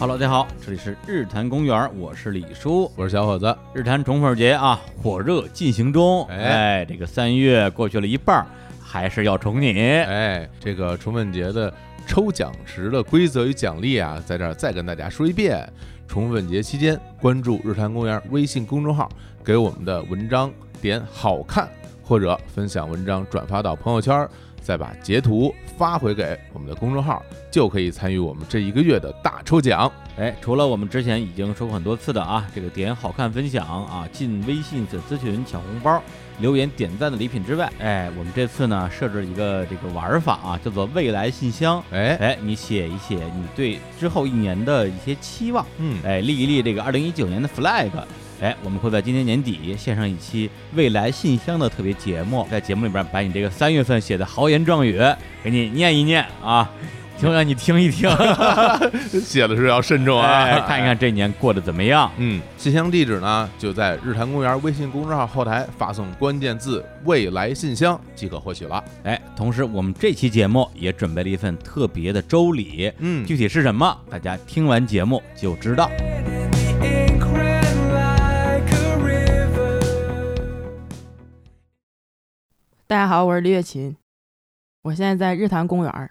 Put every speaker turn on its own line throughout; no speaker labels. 大家好，这里是日坛公园，我是李叔。
我是小伙子，
日坛宠粉节啊，火热进行中。
哎
哎，这个三月过去了一半儿，还是要宠你。
哎，这个重问节的抽奖时的规则与奖励啊，在这儿再跟大家说一遍。重问节期间，关注日坛公园微信公众号，给我们的文章点好看，或者分享文章转发到朋友圈，再把截图发回给我们的公众号，就可以参与我们这一个月的大抽奖。
哎，除了我们之前已经说过很多次的啊，这个点好看分享啊，进微信粉丝群抢红包、留言点赞的礼品之外，哎，我们这次呢设置一个这个玩法啊，叫做未来信箱。
哎，
哎，你写一写你对之后一年的一些期望，
嗯，
哎，立一立这个二零一九年的 flag。哎，我们会在今年年底献上一期未来信箱的特别节目，在节目里边把你这个三月份写的豪言壮语给你念一念啊，就让你听一听。
写的时候要慎重啊，
哎，看一看这一年过得怎么样。
嗯，信箱地址呢就在日坛公园微信公众号后台发送关键字“未来信箱”即可获取了。
哎，同时我们这期节目也准备了一份特别的周礼，
嗯
具体是什么，大家听完节目就知道。
Ink ran like a river.
大家好，我是李雪琴，我现在在日坛公园儿。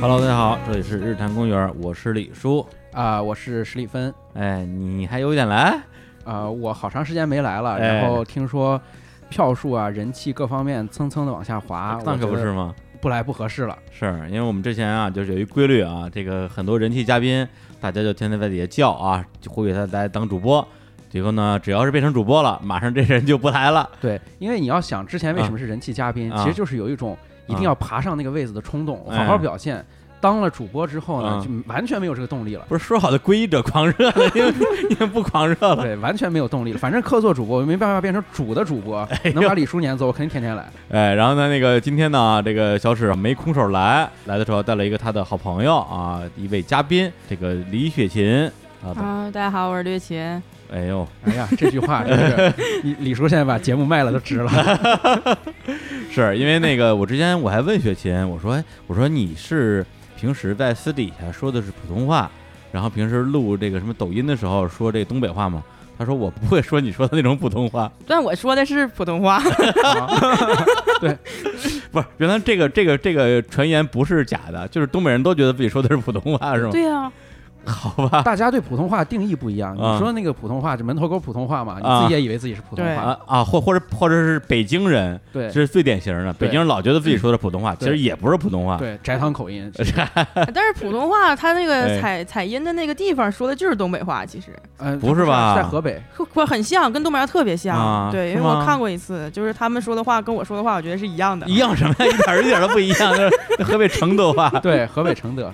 Hello，大家好，这里是日坛公园，我是李叔。
啊、我是史蒂芬。
哎，你还有点来？
啊、我好长时间没来了，
哎
然后听说票数啊、人气各方面蹭蹭的往下滑，
那
我
可
觉
不
得
是吗？
不来不合适了。
是因为我们之前啊，就是有一规律啊，这个很多人气嘉宾，大家就天天在底下叫啊，就呼吁他来当主播。结果呢，只要是变成主播了，马上这人就不来了。
对，因为你要想之前为什么是人气嘉宾，
啊
其实就是有一种一定要爬上那个位子的冲动，
哎
好好表现。当了主播之后呢，
啊
就完全没有这个动 力了。
不是说好的皈依者狂热呢，你们你们不狂热了？
对，完全没有动力了。反正客座主播，我没办法变成主的主播，能把李叔撵走，我肯定天天来。
哎，然后呢，那个今天呢，啊这个小史没空手来，来的时候带了一个他的好朋友啊，一位嘉宾，这个李雪琴啊，
啊，大家好，我是李雪琴。
哎呦，
哎呀，这句话 真是李李叔现在把节目卖了都值了。
是因为那个我之前我还问雪琴，我说哎我说你是平时在私底下说的是普通话，然后平时录这个什么抖音的时候说这个东北话吗？他说我不会说你说的那种普通话，
但我说的是普通话，
啊
不是，原来这个这个这个传言不是假的，就是东北人都觉得自己说的是普通话是吗？
对 啊，
好 吧，
大家对普通话定义不一样。
啊
你说那个普通话，就门头沟普通话嘛，
啊
你自己也以为自己是普通
对
话，
啊啊，或或者或者是北京人，
对
这是最典型的。北
对
京人老觉得自己说的普通话，其
对
实也不是普通话。
对，翟塘口音。
但是普通话它那
哎
个采采音的那个地方说的就是东北话，其实
呃，
不是吧
在河北，
会会很像，跟东北话特别像。
啊
对，
是
因为
吗
我看过一次，就是他们说的话跟我说的话，我觉得是一样的。
一样什么呀？一点儿一点儿都不一样，这是河北成都话。
对，河北承德。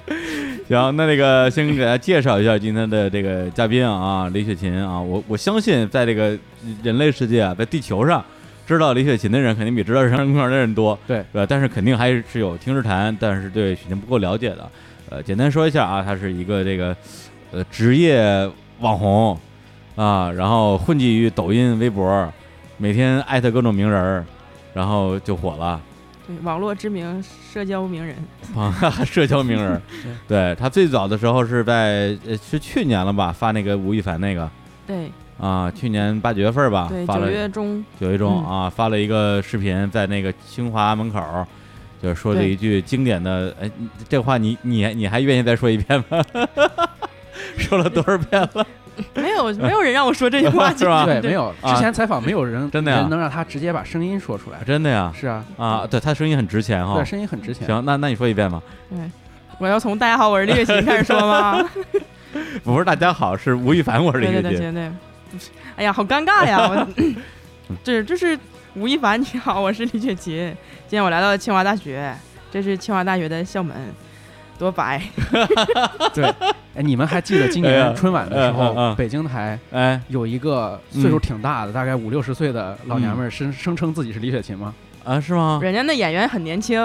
行，那那个先给大家介绍一下今天的这个嘉宾啊，李雪琴啊，我我相信在这个人类世界啊，在地球上。知道李雪琴的人 肯定比知道日坛公园的人多，
对
对吧？但是肯定还是有听日坛，但是对雪琴不够了解的。呃，简单说一下啊，她是一个这个呃职业网红啊，然后混迹于抖音、微博，呃每天艾特各种名人儿，然后就火了。
对，网络知名社交名人，
啊， 社交名 人儿。对他最早的时候是在呃是去年了吧，发那个吴亦凡那个
对
啊，去年八九月份吧
对，，
发
九
了
月中，
九月中
嗯
啊，发了一个视频在那个清华门口儿。就是说了
对
一句经典的，哎，你这话你你你还愿意再说一遍吗？ 说了多少遍 了？
没有没有人让我说这句 话，
是 吧啊
对，没有。
啊
之前采访没有人
真的呀哦
人能让他直接把声音说出来。
真的呀？
是啊，
啊，对他声音很值钱哈、
对，声音很值钱。
哦行，那那你说一遍吧。
我要从大家好，我是李雪琴开始说吗？
不是大家好，是吴亦凡，我是李
对对
雪
对
琴。
对对，哎呀，好尴尬呀！我 这这是吴亦凡，你好，我是李雪琴。今天我来到清华大学，这是清华大学的校门，多白！
哎，你们还记得今
哎呀
年春晚的
嗯
时
嗯嗯
候，北京台
哎，
有一个岁数挺大的，大概
嗯
五六十岁的老娘们儿，声声称自己是李雪琴吗？
啊，是吗？
人家那演员很年轻，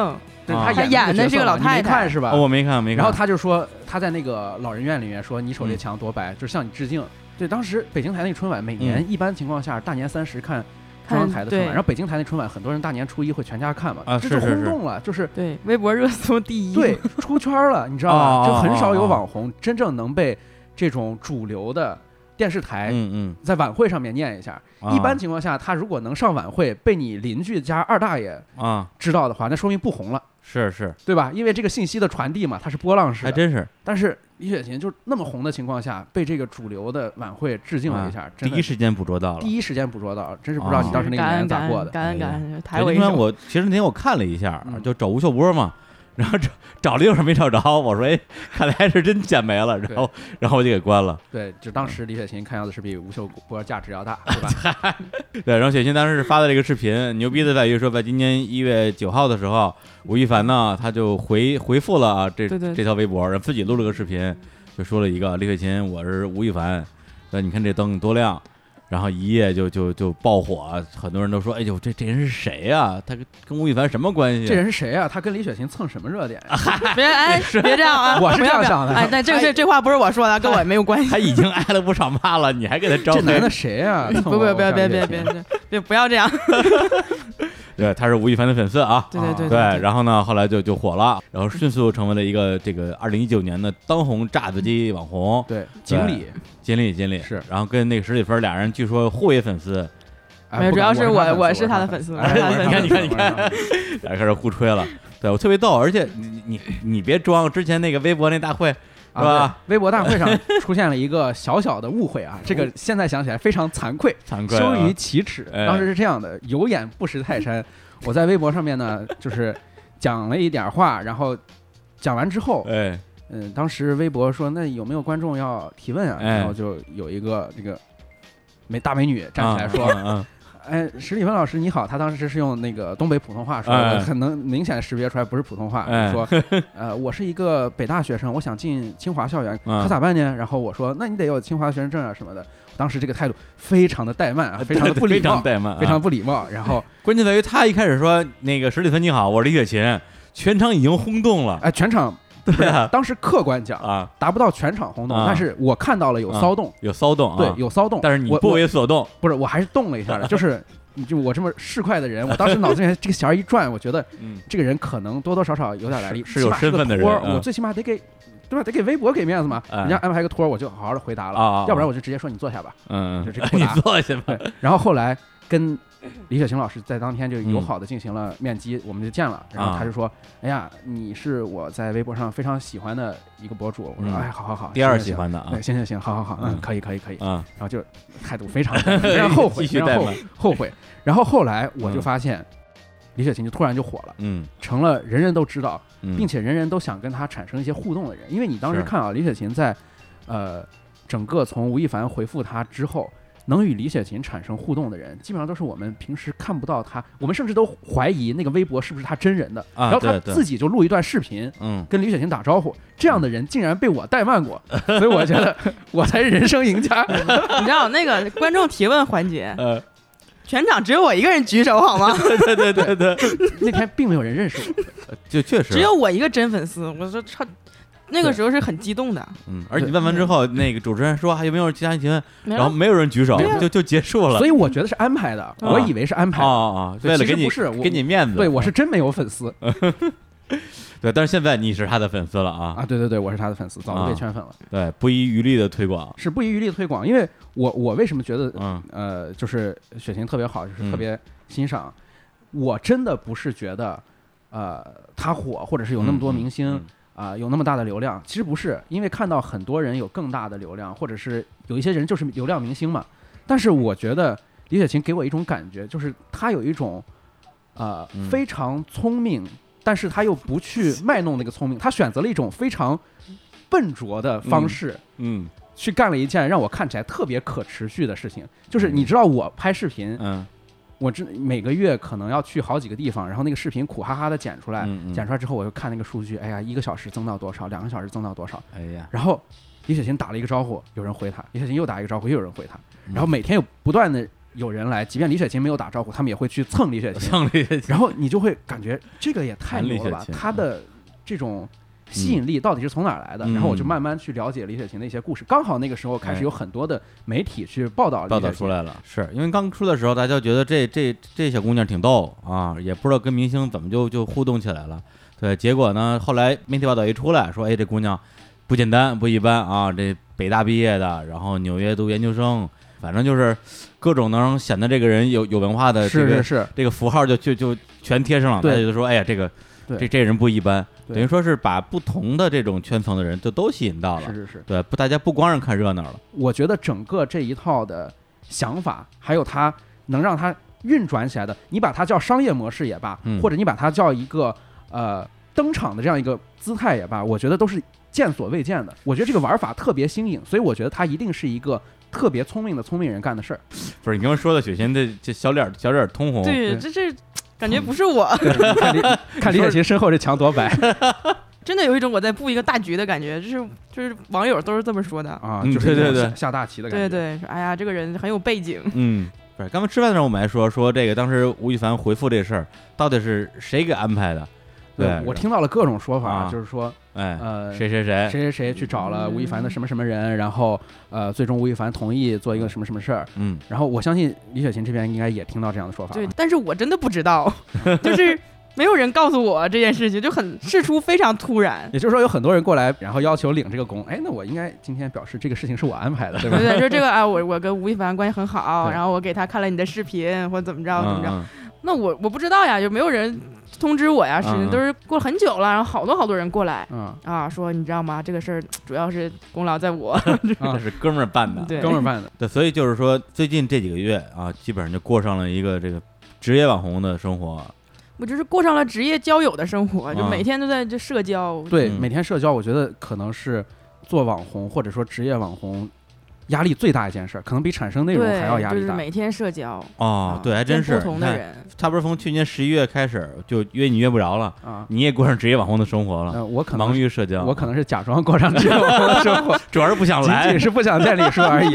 对
啊
他
她
演
演的是
角
个
色
老
嘛你
太
没
太
看是吧？
哦，我没看，没看。
然后他就说他在那个老人院里面说你
嗯
手这墙多白，就是向你致敬。对，当时北京台那春晚每
嗯
年一般情况下大年三十看中央
看
台的
对
春晚，然后北京台那春晚很多人大年初一会全家看嘛，
啊
这
是
就是轰
是
动了，就是
对，微博热搜第一，
对出圈了，你知道
哦哦
吧？就很少
哦
有
哦
网红真正能被这种主流的电视台
嗯
在晚会上面念一下。
嗯，
一般情况下，他如果能上晚会，被你邻居家二大爷
啊啊
知道的话，那说明不红了，
是是，
对吧？因为这个信息的传递嘛，它是波浪式
还
的。
真是
但是李雪琴就那么红的情况下，被这个主流的晚会致敬了一下，
第
真的
一时间捕捉到了。
第一时间捕捉到，真是不知道你
啊
当时那个
感
年
恩
咋
感
过
恩
的。哎
感恩感恩，抬
对
我一
那天
手。
我其实那天我看了一下，
嗯
就找吴秀波嘛，然后找找了一会儿没找着，我说哎，看来是真捡没了，然后然后我就给关了。
对，就当时李雪琴看样子是比吴秀波价值要大，对吧？
对，然后雪琴当时是发的这个视频，牛逼的在于说，在今年一月九号的时候，吴亦凡呢他就回回复了啊这
对对
这条微博，然后自己录了个视频，就说了一个李雪琴，我是吴亦凡，那你看这灯多亮。然后一夜就就就爆火，很多人都说：“哎呦，这这人是谁呀、他跟跟吴亦凡什么关系？”
这人是谁啊？他跟李雪琴蹭什么热点呀？
别哎，别这样啊！
我是
不要不要
这样想的
哎，但这这这话不是我说的，跟我也没有关 系。
他已经挨了不少骂了，你还给他招
这男
黑
的？谁啊？
不
蹭
不
我
不要不要
我
别
想哦李雪
别
琴
别别别不要这样！
对，他是吴亦凡的粉丝啊。
对对对
对，然后呢，后来就就火了，然后迅速成为了一个这个二零一九年的当红炸子鸡网红
对，锦鲤
锦鲤锦鲤
是
然后跟那个石里分俩人据说互为粉丝，
哎
没有
不
主
敢
要是我
我
我
我
是他的
粉丝，
粉丝
哎
我是他的
我
丝
粉
是他的
你看你看你
粉丝啊
看，俩人开始互吹 了。对我特别逗，而且你你你别装，之前那个微博那大会是
啊
吧？
对微博大会上出现了一个小小的误会啊，这个现在想起来非常惭愧，
惭愧
羞
了
于启齿。
哎
当时是这样的，有眼不识泰山。我在微博上面呢，就是讲了一点话，然后讲完之后，
哎
嗯，当时微博说那有没有观众要提问啊？
哎
然后就有一个这个美大美女站起 来
啊
说
嗯嗯：“
哎，史蒂芬老师你好。”她当时是用那个东北普通话说
哎
的，很能明显识别出来不是普通话
哎。
说：“呃，我是一个北大学生，我想进清华校园，
嗯
可咋办呢？”然后我说：“那你得有清华学生证啊什么的。”当时这个态度非常的怠慢啊，非常的不
非
礼
常
貌，
怠慢啊，
非常不礼貌。然后，
关键在于他一开始说那个史蒂芬你好，我是李雪琴，全场已经轰动了。
哎，全场
对啊，
当时客观讲
啊，
达不到全场轰动
啊，
但是我看到了有
啊
骚动，
有骚动啊，
对，有骚动。
但是你
我
不
我
为所动，
不是，我还是动了一下的， 就是你就我这么市侩的人，我当时脑子里面这个弦儿一转，我觉得
嗯，
这个人可能多多少少有点来历，
是是有身份的人
起码是个托儿
嗯
我最起码得给。对吧？得给微博给面子嘛，
哎
人家安排个托儿，我就好好的回答了，
啊啊啊
要不然我就直接说你坐下吧。
嗯，
就
嗯
这个不
你
答
坐下吧。
对，然后后来跟李雪琴老师在当天就友好的进行了面基，我们就见了。然后
啊
他就说：“哎呀，你是我在微博上非常喜欢的一个博主。”我说：“
嗯
哎，好好好，
第二喜
行行
欢的
行。
啊
对，行行行，好好好，
嗯
嗯，可以可以可以。
啊，
然后就态度非 常非常后悔，
继续
非常
怠
后
慢
后悔。然后后来我就
嗯
发现，李雪琴就突然就火了，
嗯，
成了人人都知道，
嗯
并且人人都想跟她产生一些互动的人。因为你当时
是
看啊，李雪琴在，呃，整个从吴亦凡回复她之后。能与李雪琴产生互动的人，基本上都是我们平时看不到她，我们甚至都怀疑那个微博是不是她真人的。
啊
然后她
对对
自己就录一段视频，
嗯，
跟李雪琴打招呼，这样的人竟然被我怠 慢过，所以我觉得我才是人生赢家。
你知道那个观众提问环节，
呃，
全场只有我一个人举手好吗？
对对对对对，
那天并没有人认识我，
就确实
只有我一个真粉丝，我说超，那个
对
时候是很激动的，
嗯，而且问完之后，那个主持人说还有没有其他提问，
没
然后
有
没有人举手
对，啊
就就结束了
所。以我觉得是安排的，我以为是安排
哦
的。
哦哦，
对
为了
其实
给你
不是我
给你面子，
对，我是真没有粉丝
啊对，但是现在你是他的粉丝了啊，
啊！对对对，我是他的粉丝，早就
啊
被圈粉了，
对，不遗余力的推广，
是不遗余力推广。因为我我为什么觉得
嗯
呃，就是雪琴特别好，就是
嗯
特别欣赏。我真的不是觉得呃他火，或者是有那么多明星
嗯
啊、有那么大的流量，其实不是，因为看到很多人有更大的流量，或者是有一些人就是流量明星嘛。但是我觉得李雪琴给我一种感觉，就是她有一种呃、
嗯
非常聪明，但是她又不去 卖弄那个聪明，她选择了一种非常笨拙的方
嗯
式。
嗯
去干了一件让我看起来特别可持续的事情，就是你知道我拍视频，
嗯
我这每个月可能要去好几个地方，然后那个视频苦哈哈的剪出来，
嗯，嗯
剪出来之后我就看那个数据，哎呀，一个小时增到多少，两个小时增到多少，
哎呀，
然后李雪琴打了一个招呼，有人回她，李雪琴又打一个招呼，又有人回她，
嗯
然后每天有不断的有人来，即便李雪琴没有打招呼，他们也会去蹭李雪琴。
像这些
然后你就会感觉这个也太牛了
李
吧
雪！琴
她的这种吸引力到底是从哪儿来的？
嗯
然后我就慢慢去了解李雪琴的一些故事。刚好那个时候开
哎
始有很多的媒体去报道
报
李
道
雪
出
琴，
来了，是因为刚出的时候，大家觉得这这这小姑娘挺逗啊，也不知道跟明星怎么就就互动起来了。对，结果呢，后来媒体报道一出来，说哎，这姑娘不简单，不一般啊，这北大毕业的，然后纽约读研究生，反正就是各种能显得这个人有有文化的这
是
个
是是，
这个符号就就就全贴上了，
对
大家就说哎呀，这个
对
这这人不一般，
对
等于说是把不同的这种圈层的人就都吸引到了
是。是是。
对，不，大家不光是看热闹了，
我觉得整个这一套的想法，还有它能让它运转起来的，你把它叫商业模式也罢，
嗯
或者你把它叫一个呃登场的这样一个姿态也罢，我觉得都是见所未见的。我觉得这个玩法特别新颖，所以我觉得它一定是一个特别聪明的聪明人干的 事儿。
不是你刚刚说的雪琴这这小脸儿小脸儿通红，
对
对，这这感觉不是我，
看 李看李雪琴身后这墙多白
真的有一种我在布一个大局的感觉，就是就是网友都是这么说的。
啊，
嗯
就是
对对
那种
对
下下大棋的感
对
觉。
对，说哎呀，这个人很有背景，
嗯，不是。刚才吃饭的时候我们还说说这个，当时吴亦凡回复这事儿到底是谁给安排的？对
我听到了各种说法，
啊
就是说
哎，
呃
谁谁谁，
谁谁谁去找了吴亦
嗯
凡的什么什么人，然后呃，最终吴亦凡同意做一个什么什么事儿。
嗯，
然后我相信李雪琴这边应该也听到这样的说法。
对，但是我真的不知道，就是没有人告诉我这件事情，就很事出非常突 然。
也就是说有很多人过来，然后要求领这个工，哎，那我应该今天表示这个事情是我安 排的，对吧
对？对，说这个啊，我我跟吴亦凡关系很好，
对
然后我给他看了你的视频，或者怎么着怎么
嗯
着，
嗯
那我我不知道呀，就没有人通知我呀，事
嗯
情
嗯
都是过了很久了，然后好多好多人过来
嗯，
啊，说你知道吗？这个事儿主要是功劳在 我，
嗯这是哥们儿办的，
对
哥们儿办的，
对，所以就是说最近这几个月啊，基本上就过上了一个这个职业网红的生活，
我就是过上了职业交友的生活，就
啊
每天都在这社交。
对，
嗯
每天社交，我觉得可能是做网红或者说职业网红压力最大一件事儿，可能比产生内容
对，
还要压
就
力
是
大。
每天社交。
哦
啊，
对，还真
见
是。
不同
你
的
看，
人，
差不多从去年十一月开始就约你约不着了，
啊，
你也过上职业网红的生活了，
呃，我可
啊忙
能
于社交。
我可能是假装过上这种网红的生活，
主要是不想
仅
来
仅，是不想见李叔而已。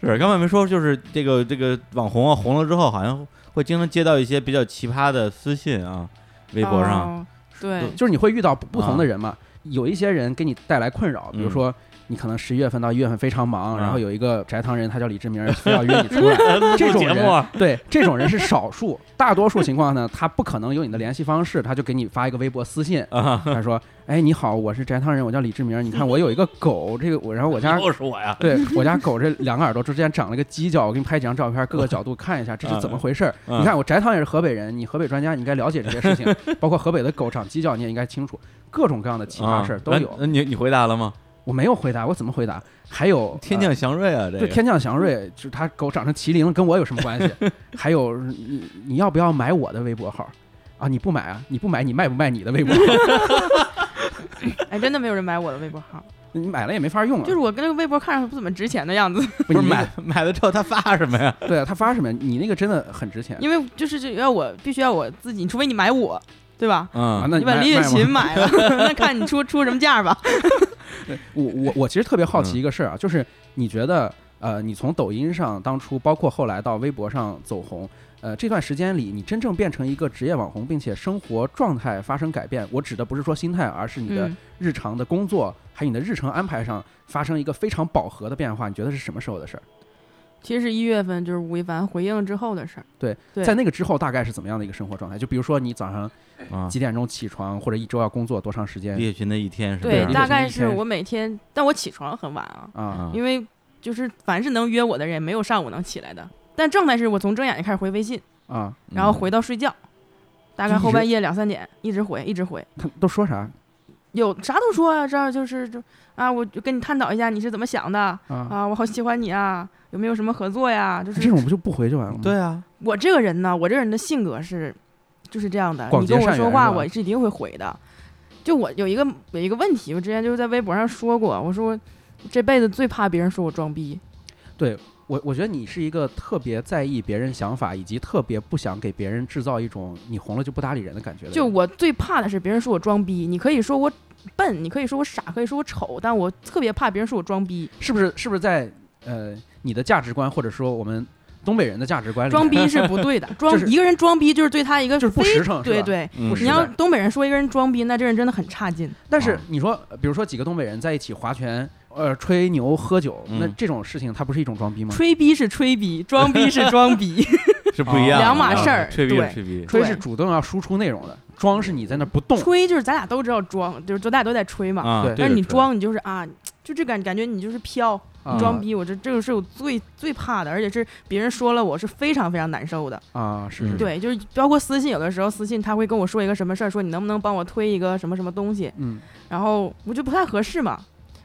是刚才没说，就是这个这个网红啊，红了之后好像会经常接到一些比较奇葩的私信啊，微博上，
哦对，
就是你会遇到不不同的人嘛，有一些人给你带来困扰，比如
啊嗯
说你可能十一月份到一月份非常忙，
啊，
然后有一个翟堂人，他叫李志明，非要约你出 来
录
这种
节
人
目啊
对，这种人是少数，大多数情况呢，他不可能有你的联系方式，他就给你发一个微博私信，
啊，
他说，哎，你好，我是翟堂人，我叫李志明，你看我有一个狗，这个我，然后我家
又是我 呀，
对我家狗这两个耳朵之间长了个犄角，我给你拍几张照片，各个角度看一下，这是怎么回事儿？
嗯
你看我翟堂也是河北人，你河北专家，你应该了解这些事 情，包括河北的狗长犄角，你也应该清楚，各种各样的奇葩事儿都
啊
有。呃
那你你回答了吗？
我没有回答，我怎么回答？还有
天
呃
降祥瑞啊，这个
对天降祥瑞，就是他狗长成麒麟了，跟我有什么关系？ 还有你你要不要买我的微博号？啊，你不买啊？你不买，你卖不卖你的微博号？
哎，真的没有人买我的微博 号，
你买了也没法用啊。
就是我跟那个微博看上去不怎么值钱的样子，
不是
你
买买了之后他发什么呀？
对啊，他发什么呀？你那个真的很值钱
因为就是这要我必须要我自己，除非你买我，对吧？
啊！
嗯
那
你把
卖
李雪
卖吗
琴买了， 那看你出出什么价吧。
我我我其实特别好奇一个事儿啊，就是你觉得呃，你从抖音上当初，包括后来到微博上走红，呃，这段时间里，你真正变成一个职业网红，并且生活状态发生改变，我指的不是说心态，而是你的
嗯，
日常的工作，还有你的日程安排上发生一个非常饱和的变化，你觉得是什么时候的事儿？
其实是一月份就是吴亦凡回应之后的事儿。对
在那个之后，大概是怎么样的一个生活状态？就比如说你早上
啊，
几点钟起床，或者一周要工作多长时间
李雪琴的一天是吧？
对
对
啊，
大概
李雪琴一
是
天
我每天，但我起床很晚啊，
啊？
啊
因为就是凡是能约我的人，没有上午能起来的。但状态是我从睁眼睛开始回微信，
啊，
然后
嗯
回到睡觉，大
就
概
一
后
直
半夜两三点一直回，一直回。
他都说啥
有啥都说啊，这儿就是就啊，我就跟你探讨一下你是怎么想的
啊？
啊，我好喜欢你啊，有没有什么合作呀？就是
这种不就不回就完了吗？
对啊，
我这个人呢，我这人的性格是就是这样的，
广
你
结
跟我
善
说
缘
话
是吧
我是一定会回的。就我有一个有一个问题，我之前就是在微博上说过，我说我这辈子最怕别人说我装逼，
我我觉得你是一个特别在意别人想法，以及特别不想给别人制造一种你红了就不搭理人的感觉的人。
就我最怕的是别人说我装逼。你可以说我笨，你可以说我傻，可以说我丑，但我特别怕别人说我装逼。
是不是是不是在呃你的价值观或者说我们东北人的价值观里，
装逼是不对 的，装
就是
一个人装逼就是对他一个
就是不
非
实诚，是
对
吧。
对，
嗯
不实
你
在
要东北人说一个人装逼，那这人真的很差劲。
但是
啊
你说，呃比如说几个东北人在一起划拳，呃，吹牛喝酒，那
嗯
这种事情，它不是一种装逼吗？
吹逼是吹逼，装逼是装 逼，
是不一样的，
两码
啊
事儿
吹逼是
对
吹逼，
吹是主动要输出内容的，装是你在那不动，
吹就是咱俩都知道装，就是咱俩都在吹嘛。
啊，
对
对
但是你
对
装，你就是啊，就这感感觉你就是飘，
啊
你装逼，我这这个是我最最怕的，而且是别人说了我是非常非常难受的。
啊，是
嗯
是，是，
对，就是包括私信，有的时候私信他会跟我说一个什么事儿，说你能不能帮我推一个什么什么东西，
嗯
然后我就不太合适嘛。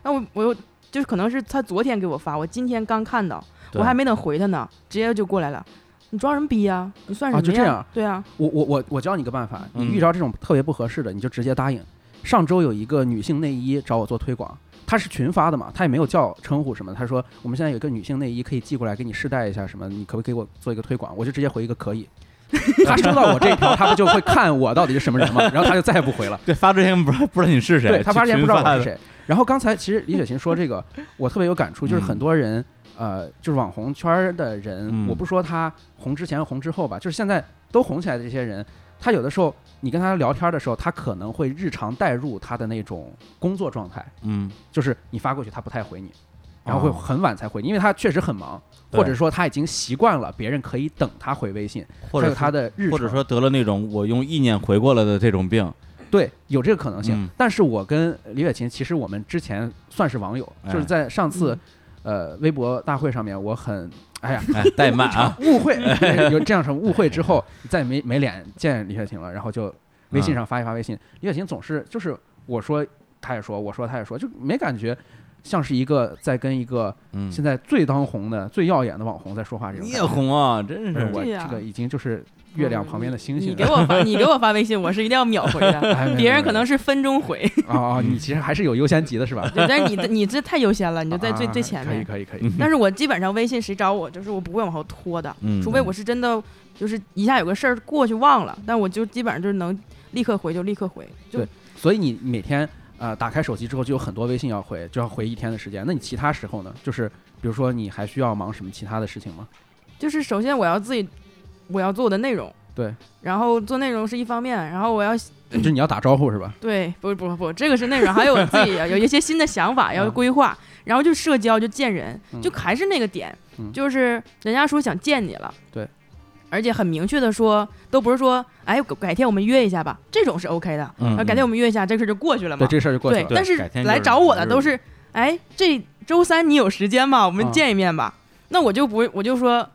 那我我又就是可能是他昨天给我发，我今天刚看到，
对
我还没等回他呢，直接就过来了。你装什么逼呀、你算什
啊
么呀？
就这样
对啊，
我我我我教你个办法，你
嗯
遇着这种特别不合适的，你就直接答应。上周有一个女性内衣找我做推广，她是群发的嘛，她也没有叫称呼什么，她说我们现在有一个女性内衣可以寄过来给你试戴一下什么，你可不可以给我做一个推广？我就直接回一个可以。 她收到我这一条，她不就会看我到底是什么人吗？然后她就再也不回了。
对发之前不知道不知道你是谁，
对他
去
发现不知道
群发
我
的
是谁。然后刚才其实李雪琴说这个， 我特别有感触，就是很多人、呃，就是网红圈儿的人，
嗯
我不说他红之前红之后吧，就是现在都红起来的这些人，他有的时候你跟他聊天的时候，他可能会日常带入他的那种工作状态，
嗯，
就是你发过去他不太回你，然后会很晚才回你，因为他确实很忙，
哦对
或者说他已经习惯了别人可以等他回微信，
或
还
者
有他
是
的日
或者
程
说得了那种我用意念回过了的这种病，
对，有这个可能性。
嗯
但是我跟李雪琴，其实我们之前算是网友，
哎
就是在上
嗯
次、呃微博大会上面，我很 哎呀
哎，怠慢啊，
误会有这样什么误会之后，再没没脸见李雪琴了，然
嗯
后就微信上发一发微信。李雪琴总是就是我说她也说，我说她也说，就没感觉。像是一个在跟一个
嗯，
现在最当红的、最耀眼的网红在说话这种
你
感
也
觉，
红啊，真
不是
是
我
对呀
这个已经就是月亮旁边的星
你
星
你给我发，你给我发微信，我是一定要秒回 的。
哎没有
别人
没有
可能是分钟回，
哦，哦你其实还是有优先级的是吧？
对但是你的你这太优先了，你就在最
啊
最前面。
可以可以可以
嗯，
但是我基本上微信谁找我，就是我不会往后拖的，
嗯
除非我是真的就是一下有个事儿过去忘了，但我就基本上就是能立刻回就立刻回，就
对所以你每天呃打开手机之后就有很多微信要回，就要回一天的时间。那你其他时候呢？就是比如说你还需要忙什么其他的事情吗？
就是首先我要自己我要做我的内容，
对，
然后做内容是一方面，然后我要
就是你要打招呼是吧？
对不不不，这个是内容，还有我自 己有一些新的想法要规划，然后就社交就见人，
嗯
就还是那个点，
嗯
就是人家说想见你了，
对，
而且很明确的说，都不是说哎改天我们约一下吧，这种是 OK 的，
嗯
然后改天我们约一下，这个事儿就过去了嘛
对，，这事儿就过去了。
对改
但是
天就是
来找我的都，
就是
哎，这周三你有时间吗？我们
啊
见一面吧。那我就不会，我就说。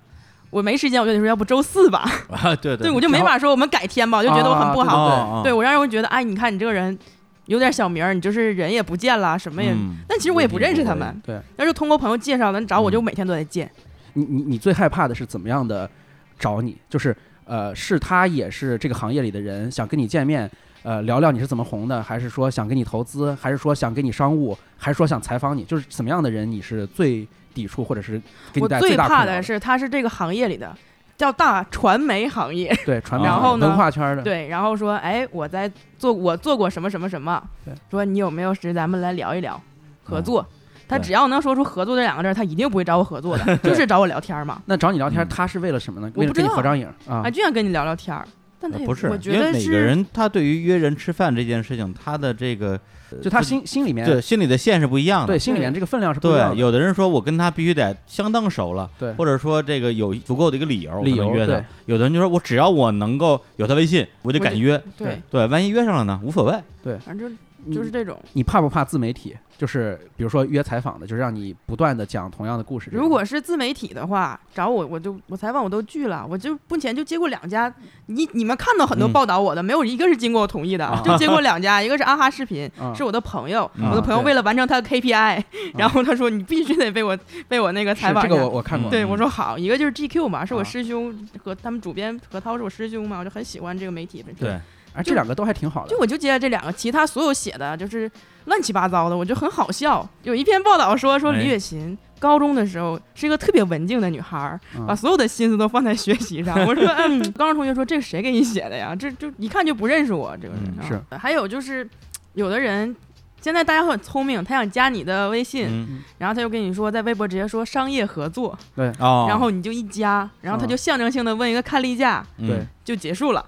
我没时间，我就得说要不周四吧。
啊，对
对，我就没法说我们改天吧，我就觉得我很不
啊
好。
啊，
对我让人觉得，哎，你看你这个人有点小名儿，你就是人也不见了，什么也。
嗯
但其实我也不认识他
有
们，
对
要是通过朋友介绍的，你找我就
嗯
每天都在见。
你你你最害怕的是怎么样的找你？就是呃，是他也是这个行业里的人，想跟你见面。呃，聊聊你是怎么红的，还是说想跟你投资，还是说想跟你商务，还是说想采访你，就是怎么样的人你是最抵触，或者是给你
我
带来
最
大
怕
困扰
的是他是这个行业里的，叫大传媒行业。
对传媒
然
后呢
文化
嗯
圈儿的，
对，然后说，哎，我在做，我做过什么什么什么
对，
说你有没有时咱们来聊一聊合
嗯
作？他
对
只要能说出合作这两个字儿，他一定不会找我合 作的，就是找我聊天儿嘛。
那找你聊天，
嗯
他是为了什么呢？
我
为了
不知
跟你
道
合张影啊
啊，？就想跟你聊聊天儿，但他
呃
也
不是，
我觉
因为
得
每个
是
人他对于约人吃饭这件事情，他的这个
就他心心
哎
里面
对心里的线是不一样的
对。心里面这个分量是不一样
对，
的。
有的人说我跟他必须得相当熟了，
对
或者说这个有足够的一个理由，我
理
才能
由
约他
对。
有的人就说我只要我能够有他微信，我就
我
敢
就
约。
对，
对，万一约上了呢，无所谓。
反正
你
就是这种。
你怕不怕自媒体？就是比如说约采访的，就是让你不断的讲同样的故事这种。
如果是自媒体的话，找我我就我采访我都拒了，我就目前就接过两家，你你们看到很多
嗯
报道我的，没有一个是经过我同意的，
啊
就接 过两家，一个是阿哈视频，
啊
是我的朋友，
嗯
我的朋友
对啊
为了完成他的 KPI，、然 后他说你必须得被我被我那个
是
采访
这
一
个
下。
我我看过，
对，
嗯
我说好，一个就是 GQ 嘛，是
啊
我师兄和他们主编何涛是我师兄嘛，我就很喜欢这个媒体本身。
对，
而哎这两个都还挺好的
就。我就接了这两个，其他所有写的就是乱七八糟的，我就很好笑。有一篇报道说说
哎
李雪琴高中的时候是一个特别文静的女孩儿，
嗯
把所有的心思都放在学习上。我说，嗯，高中同学说这谁给你写的呀？这就一看就不认识我这个人、
嗯
啊
是
还有就是，有的人现在大家会很聪明，他想加你的微信，
嗯
然后他就跟你说在微博直接说商业合作，
哦，
然后你就一加，然后他
嗯
就象征性的问一个看例价，
嗯
对，
就结束了。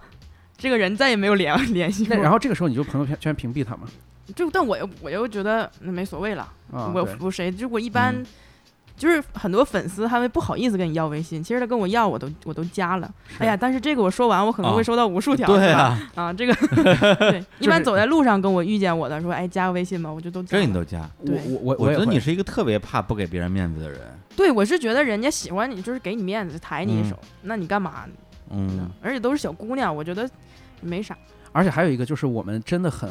这个人再也没有联 联系过。
那然后这个时候你就朋友圈圈屏蔽他嘛。
就，但我又我又觉得那没所谓了，
啊，
我
对
服谁？就我一般、
嗯
就是很多粉丝他们不好意思跟你要微信，其实他跟我要我都我都加了。
是
哎呀，但是这个我说完，我可能
啊
会收到无数条，
对
是吧
啊，
啊，这个 对，一般
是
走在路上跟我遇见我的说，哎，加个微信吧，我就都加
这你
了
都加。
我
对
我我
我
也
觉得
会
你是一个特别怕不给别人面子的人，
对，我是觉得人家喜欢你，就是给你面子，抬你一手，那你干嘛呢？
嗯，
而且都是小姑娘，我觉得没啥。
而且还有一个就是我们真的很，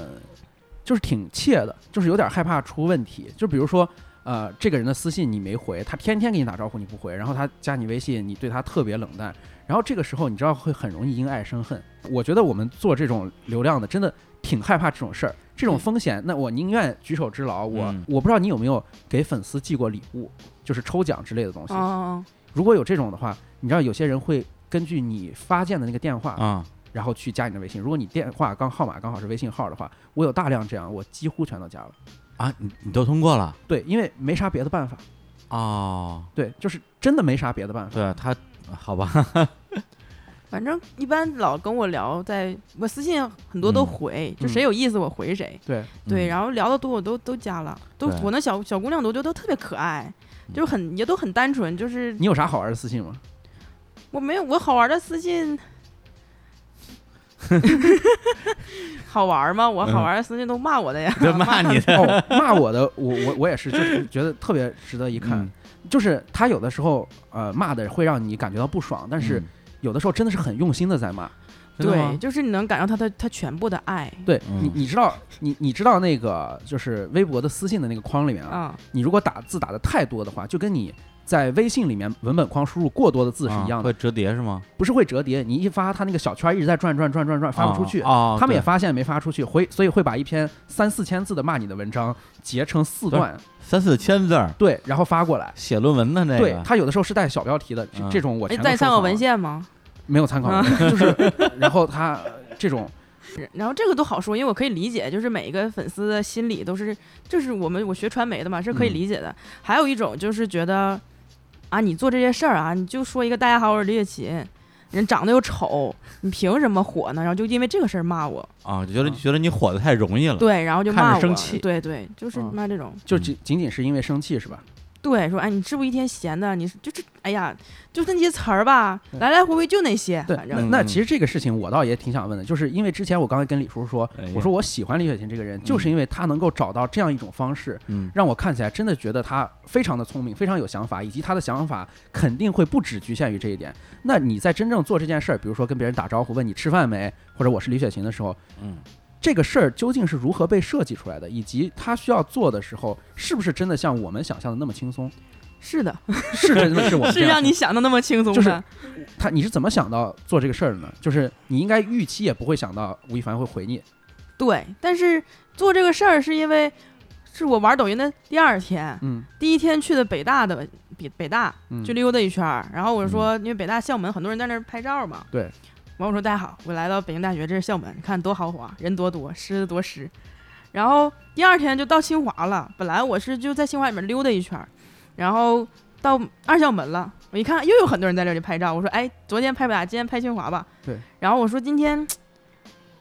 就是挺怯的，就是有点害怕出问题。就比如说，呃，这个人的私信你没回，他天天给你打招呼你不回，然后他加你微信，你对他特别冷淡，然后这个时候你知道会很容易因爱生恨。我觉得我们做这种流量的，真的挺害怕这种事儿，这种风险，那我宁愿举手之劳。我、
嗯
我不知道你有没有给粉丝寄过礼物，就是抽奖之类的东西。
哦，
如果有这种的话，你知道有些人会根据你发件的那个电话
啊，
然后去加你的微信。如果你电话刚号码刚好是微信号的话，我有大量这样，我几乎全都加了。
啊，你你都通过了
对，因为没啥别的办法。
哦，
对，就是真的没啥别的办法。
对啊，他好吧，
反正一般老跟我聊，在我私信很多都
嗯
回，就谁有意思我回谁。
对，
对，
嗯
然后聊的多，我都都加了，都
对
我那小小姑娘，我觉得都特别可爱，就是很也都很单纯，就是
你有啥好玩的 私信吗？
我没有我好玩的私信，好玩吗？我好玩的私信都 骂我的呀，
就骂你的，
哦，骂我的，我我我也是，就是觉得特别值得一看。
嗯
就是他有的时候呃骂的会让你感觉到不爽，但是
嗯
有的时候真的是很用心的在骂。
真的
对，
吗
就是你能感受到她的她全部的爱，
对、
嗯
你，你知道你你知道那个就是微博的私信的那个框里面啊，
啊，
你如果打字打的太多的话，就跟你在微信里面文本框输入过多的字是一样
啊
的。
会折叠是吗？
不是会折叠，你一发它那个小圈儿一直在转转转转转，发不出去。
哦，哦
他们也
对
发现没发出去，回所以会把一篇三四千字的骂你的文章截成四段，
三四千字儿
对，然后发过来。
写论文的那个，
对他有的时候是带小标题的，这
嗯
这种我
哎，
全都
再参
收
考
藏
文
了
献嗯吗？
没有参考文 献，就是然后他这种
然后这个都好说，因为我可以理解，就是每一个粉丝的心理都是，就是我们我学传媒的嘛，是可以
嗯
理解的。还有一种就是觉得，啊，你做这些事儿啊，你就说一个大家好，我是李雪琴，人长得又丑，你凭什么火呢？然后就因为这个事儿骂我，
啊，就觉得觉得你火的太容易了，
对，然后就
嗯看着
骂我，
生气
对对，就是
嗯
骂这种，
就仅仅仅是因为生气是吧？
对，说哎，你是不是一天闲的？你是就是哎呀，就是那些词儿吧，来来回回就那些，
对，
反
那
正
那
嗯
其实这个事情我倒也挺想问的，就是因为之前我刚才跟李叔说
哎呀，
我说我喜欢李雪琴这个人，就是因为她能够找到这样一种方式，
嗯，
让我看起来真的觉得他非常的聪明，非常有想法，以及他的想法肯定会不只局限于这一点。那你在真正做这件事儿，比如说跟别人打招呼问你吃饭没，或者我是李雪琴的时候，
嗯，
这个事儿究竟是如何被设计出来的，以及他需要做的时候，是不是真的像我们想象的那么轻松？
是的，
是真的是 我们
是
这样
让你想的那么轻松
就是
的，
他你是怎么想到做这个事儿的呢？就是你应该预期也不会想到吴亦凡会回你，
对，但是做这个事儿是因为是我玩抖音的第二天，
嗯
第一天去的北大的北北大
嗯，
就溜达一圈儿，然后我说，因为北大校门很多人在那儿拍照嘛，
对，
完我说大家好，我来到北京大学，这是校门，你看多豪华，人多多，湿的多湿。然后第二天就到清华了，本来我是就在清华里面溜达一圈儿，然后到二校门了，我一看又有很多人在这里拍照，我说哎，昨天拍北大，今天拍清华吧。
对。
然后我说今天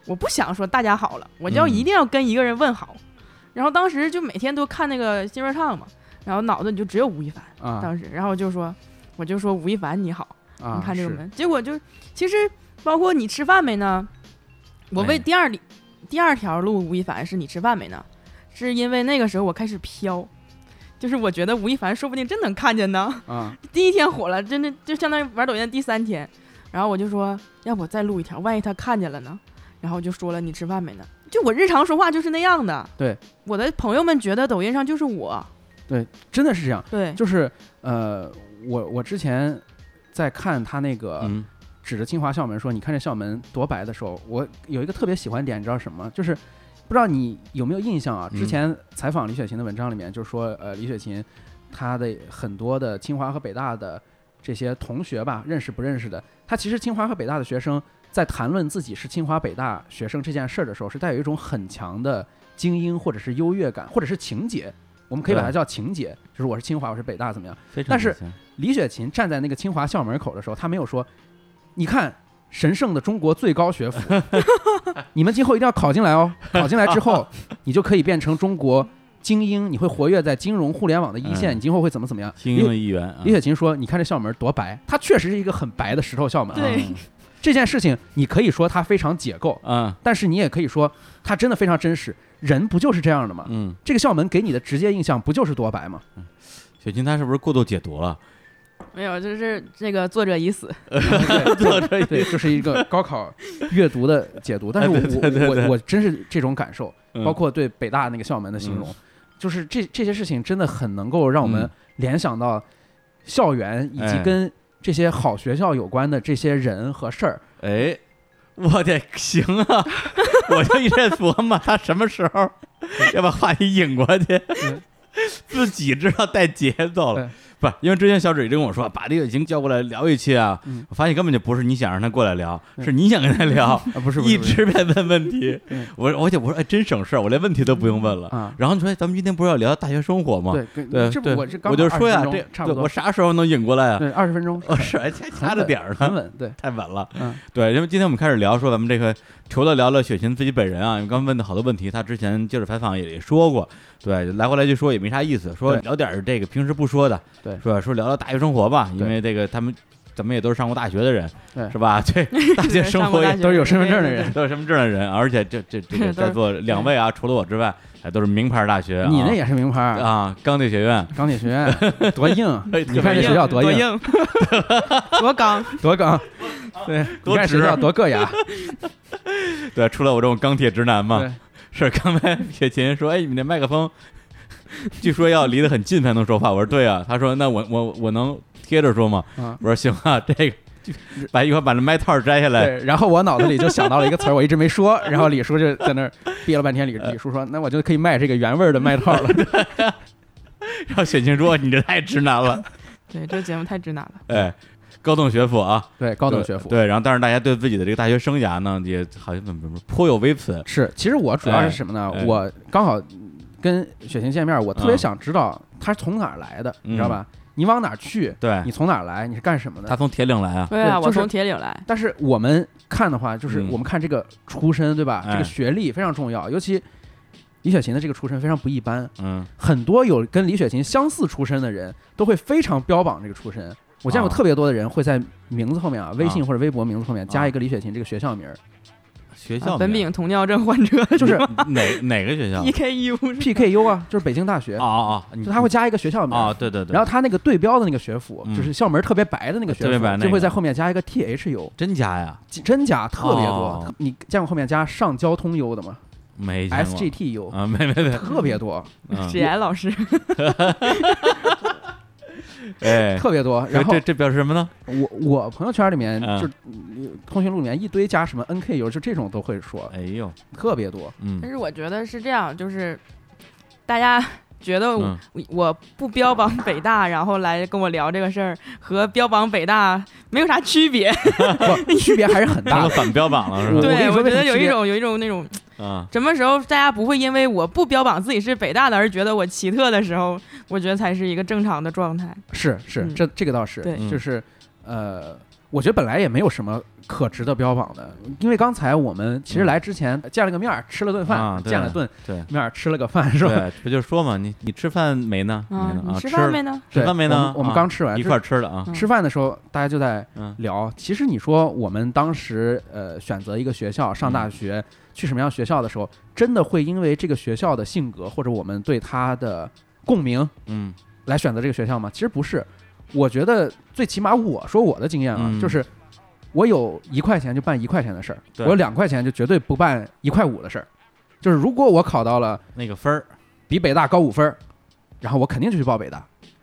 我不想说大家好了，我就要
嗯
一定要跟一个人问好。然后当时就每天都看那个新说唱嘛，然后脑子里就只有吴亦凡，
啊
当时，然后就说我就说吴亦凡你好。
啊，
你看这个
是
门，结果就其实包括你吃饭没呢？我
没
为第二里第二条路吴亦凡是你吃饭没呢？是因为那个时候我开始飘，就是我觉得吴亦凡说不定真能看见呢。
啊，
第一天火了，真的就相当于玩抖音的第三天，然后我就说要不再录一条，万一他看见了呢？然后就说了你吃饭没呢？就我日常说话就是那样的。
对，
我的朋友们觉得抖音上就是我。
真的是这样。
对，
就是呃，我我之前在看他那个
嗯
指着清华校门说“你看这校门多白”的时候，我有一个特别喜欢点，你知道什么？就是不知道你有没有印象啊？之
嗯
前采访李雪琴的文章里面，就是说呃，李雪琴她的很多的清华和北大的这些同学吧，认识不认识的，她其实清华和北大的学生在谈论自己是清华北大学生这件事儿的时候，是带有一种很强的精英或者是优越感，或者是情节。我们可以把它
对
叫情节，就是我是清华，我是北大，怎么样？
非常
但是
可行
李雪琴站在那个清华校门口的时候，她没有说：“你看，神圣的中国最高学府， 你们今后一定要考进来哦！考进来 之后，你就可以变成中国精英，你会活跃在金融互联网的一线，
嗯
你今后会怎么怎么样？”
精英
李
的一员啊
李，雪琴说：“你看这校门多白，它确实是一个很白的石头校门啊。
对，
这件事情，你可以说它非常解构，
嗯
但是你也可以说它真的非常真实。人不就是这样的吗？
嗯，
这个校门给你的直接印象不就是多白吗？
雪琴她是不是过度解读了？
没有，就是这个作者已死，
对对 对，这是一个高考阅读的解读。但是我
对对对
我我我真是这种感受，
嗯
包括对北大那个校门的形容，就是这这些事情真的很能够让我们
嗯
联想到校园以及
哎
跟这些好学校有关的这些人和事儿。
哎，我得行啊！我就一直在琢磨，他什么时 候要把话题引过去
嗯，
自己知道带节奏了
对。
不，因为之前小指一直跟我说，把李雪琴叫过来聊一期啊，
嗯
我发现根本就不是你想让他过来聊，
嗯
是你想跟他聊，
啊， 不是，不是
一
不是
直在问问题
嗯。
我我就我说，哎，真省事儿，我连问题都不用问了。
啊，
然后你说，哎咱们今天不是要聊大学生活吗？
对跟
对
这
对，
我这刚好
就说呀，
20分钟
这
差不
对
多
我啥时候能引过来啊？
对二十 分钟，
哦，是，哎掐掐着点儿呢
很。稳，对，
太晚了，
嗯，
对，因为今天我们开始聊说咱们这个，除了聊了雪琴自己本人啊，因为刚问的好多问题，她之前接受采访也说过，对，来回来去说也没啥意思，说
对
聊点儿这个平时不说的，
对
是吧？说聊聊大学生活吧，
对
因为这个他们咱们也都是上过大学的人，
对
是吧？ 对，大学生活也
都是有身份证的人。
都是什么证的人，而且这这这个
都是
在座两位啊，除了我之外，还都是名牌大学啊，
你那也是名牌儿，
啊，钢铁学院，
钢铁学 院多硬，
哎
你看这学校多
多硬， 多刚，
多刚， 对，你
多
看学
直啊
校多硌牙，
对，除了我这种钢铁直男 嘛，
对，
是 刚才雪琴说，哎，你那麦克风，据说要离得很近才能说话。我说对啊，他说那我我我能贴着说吗？
嗯
我说行啊，这个就把一会儿把那麦套摘下来，
对，然后我脑子里就想到了一个词儿，我一直没说， 然后李叔就在那儿憋了半天。李
呃
李叔说：“那我就可以卖这个原味儿的麦套 了。
然后雪琴说你这太直男 了，
对，这节目太直男了。
哎。高等学府啊，”
对，高等学府
对对，然后但是大家对自己的这个大学生涯呢，也好像怎么怎么颇有微词。
是。其实我主要是什么呢
哎哎？
我刚好跟雪琴见面，我特别
嗯
想知道他是从哪儿来的，
嗯
你知道吧？你往哪儿去？
对
你，从哪儿来？你是干什么
他
的？
从铁岭来啊，
对啊，
对
我
就是
从铁岭来，
但是我们看的话，就是
嗯
我们看这个出身，对吧？
哎
这个学历非常重要，尤其李雪琴的这个出身非常不一般。
嗯，
很多有跟李雪琴相似出身的人都会非常标榜这个出身。我见过
啊
特别多的人会在名字后面啊，微信或者微博名字后面加一个李雪琴这个学校名儿
嗯学
啊
校
苯
名
丙酮尿症患者
就是
哪哪个 学校？
E K U 是吧
PKU 啊，就是北京大学
哦，哦，哦你
就他会加一个学校名
哦，
儿。
对对对，
然后他那个对标的那个学府，
嗯
就是校门儿特别白的那个学
特别白
府，
那
就会
个
在后面加一个 THU，
真假呀？
真假特别多。
哦
特你见过后面加上交通 U 的吗
没见过
？SGTU
啊，没没没，
特别多，
嗯
史岩老师，
哎，
特别多。然后
这这表示什么呢？
我我朋友圈里面
嗯
就通讯录里面一堆加什么 NKU，就这种都会说，
哎呦，
特别多。
嗯
但是我觉得是这样，就是大家觉得我
嗯
我不标榜北大，然后来跟我聊这个事儿，和标榜北大没有啥区别。
不，区别还是很
成
大
了
的。
反标榜了是
我
吧？
跟
对，
你
我觉
说为什么
得有
区
一
别
种有一种那种
啊，
什么时候大家不会因为我不标榜自己是北大的而觉得我奇特的时候，我觉得才是一个正常的状态。
是是，
嗯
这这个倒是
对，
嗯
就是呃，我觉得本来也没有什么可值得标榜的，因为刚才我们其实
嗯
来之前见了个面儿，吃了顿
啊
饭，
对
见了顿
对
面儿，吃了个饭，是 吧？
对，不就说嘛，你你吃饭没呢？
啊，
呢
你
啊，
吃
吃
饭
了
没呢？
吃
对
饭没
我
呢
们？我们
啊
刚吃完
一
就
块儿吃的啊，
嗯
吃饭的时候，大家就在
嗯
聊。其实你说我们当时呃选择一个学校上
嗯
大学，去什么样学校的时候，真的会因为这个学校的性格或者我们对它的共鸣
嗯
来选择这个学校吗？其实不是，我觉得最起码我说我的经验啊，
嗯
就是我有一块钱就办一块钱的事儿，
对
我有两块钱就绝对不办一块五的事儿。就是如果我考到了
那个分儿，
比北大高五分儿，然后我肯定就去报北大；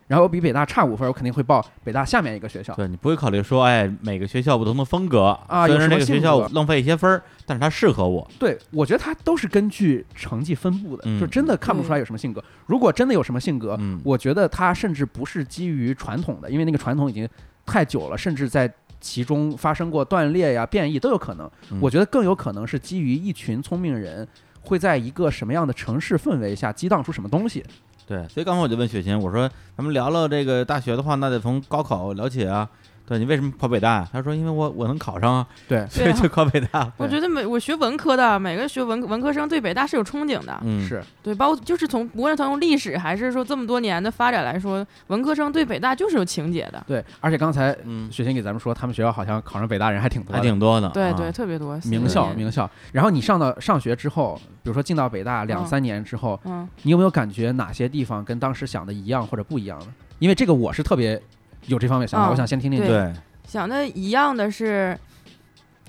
然后我比北大差五分儿，我肯定会报北大下面一个学校。
对你不会考虑说，哎，每个学校不同的风格
啊
虽
有
然
什么
这个学
性
校
格
浪费一些分儿，但是它适合我。
对，我觉得它都是根据成绩分布的，
嗯
就真的看不出来有什么性格。如果真的有什么性格，
嗯
我觉得它甚至不是基于传统的，因为那个传统已经太久了，甚至在其中发生过断裂呀、变异都有可能
嗯。
我觉得更有可能是基于一群聪明人会在一个什么样的城市氛围下激荡出什么东西。
对，所以刚才我就问雪琴，我说咱们聊聊这个大学的话，那得从高考聊起啊。对你为什么考北大？他说因为我我能考上啊，
对
所以
对啊
就考北大。
我
对
觉得每我学文科的，每个学文文科生对北大是有憧憬的，
嗯，
是
对，包就是从无论从历史还是说这么多年的发展来说，文科生对北大就是有情结的，
对，而且刚才
嗯，
雪琴给咱们说，他们学校好像考上北大人还挺多
还
的，
挺嗯多的。
对
啊
对，，特别多
名
四
校
年
名校。然后你上到上学之后，比如说进到北大两
嗯
三年之后，
嗯
你有没有感觉哪些地方跟当时想的一样或者不一样呢？因为这个我是特别有这方面想法，
嗯
我想先听听你。
对
对，
想的一样的是，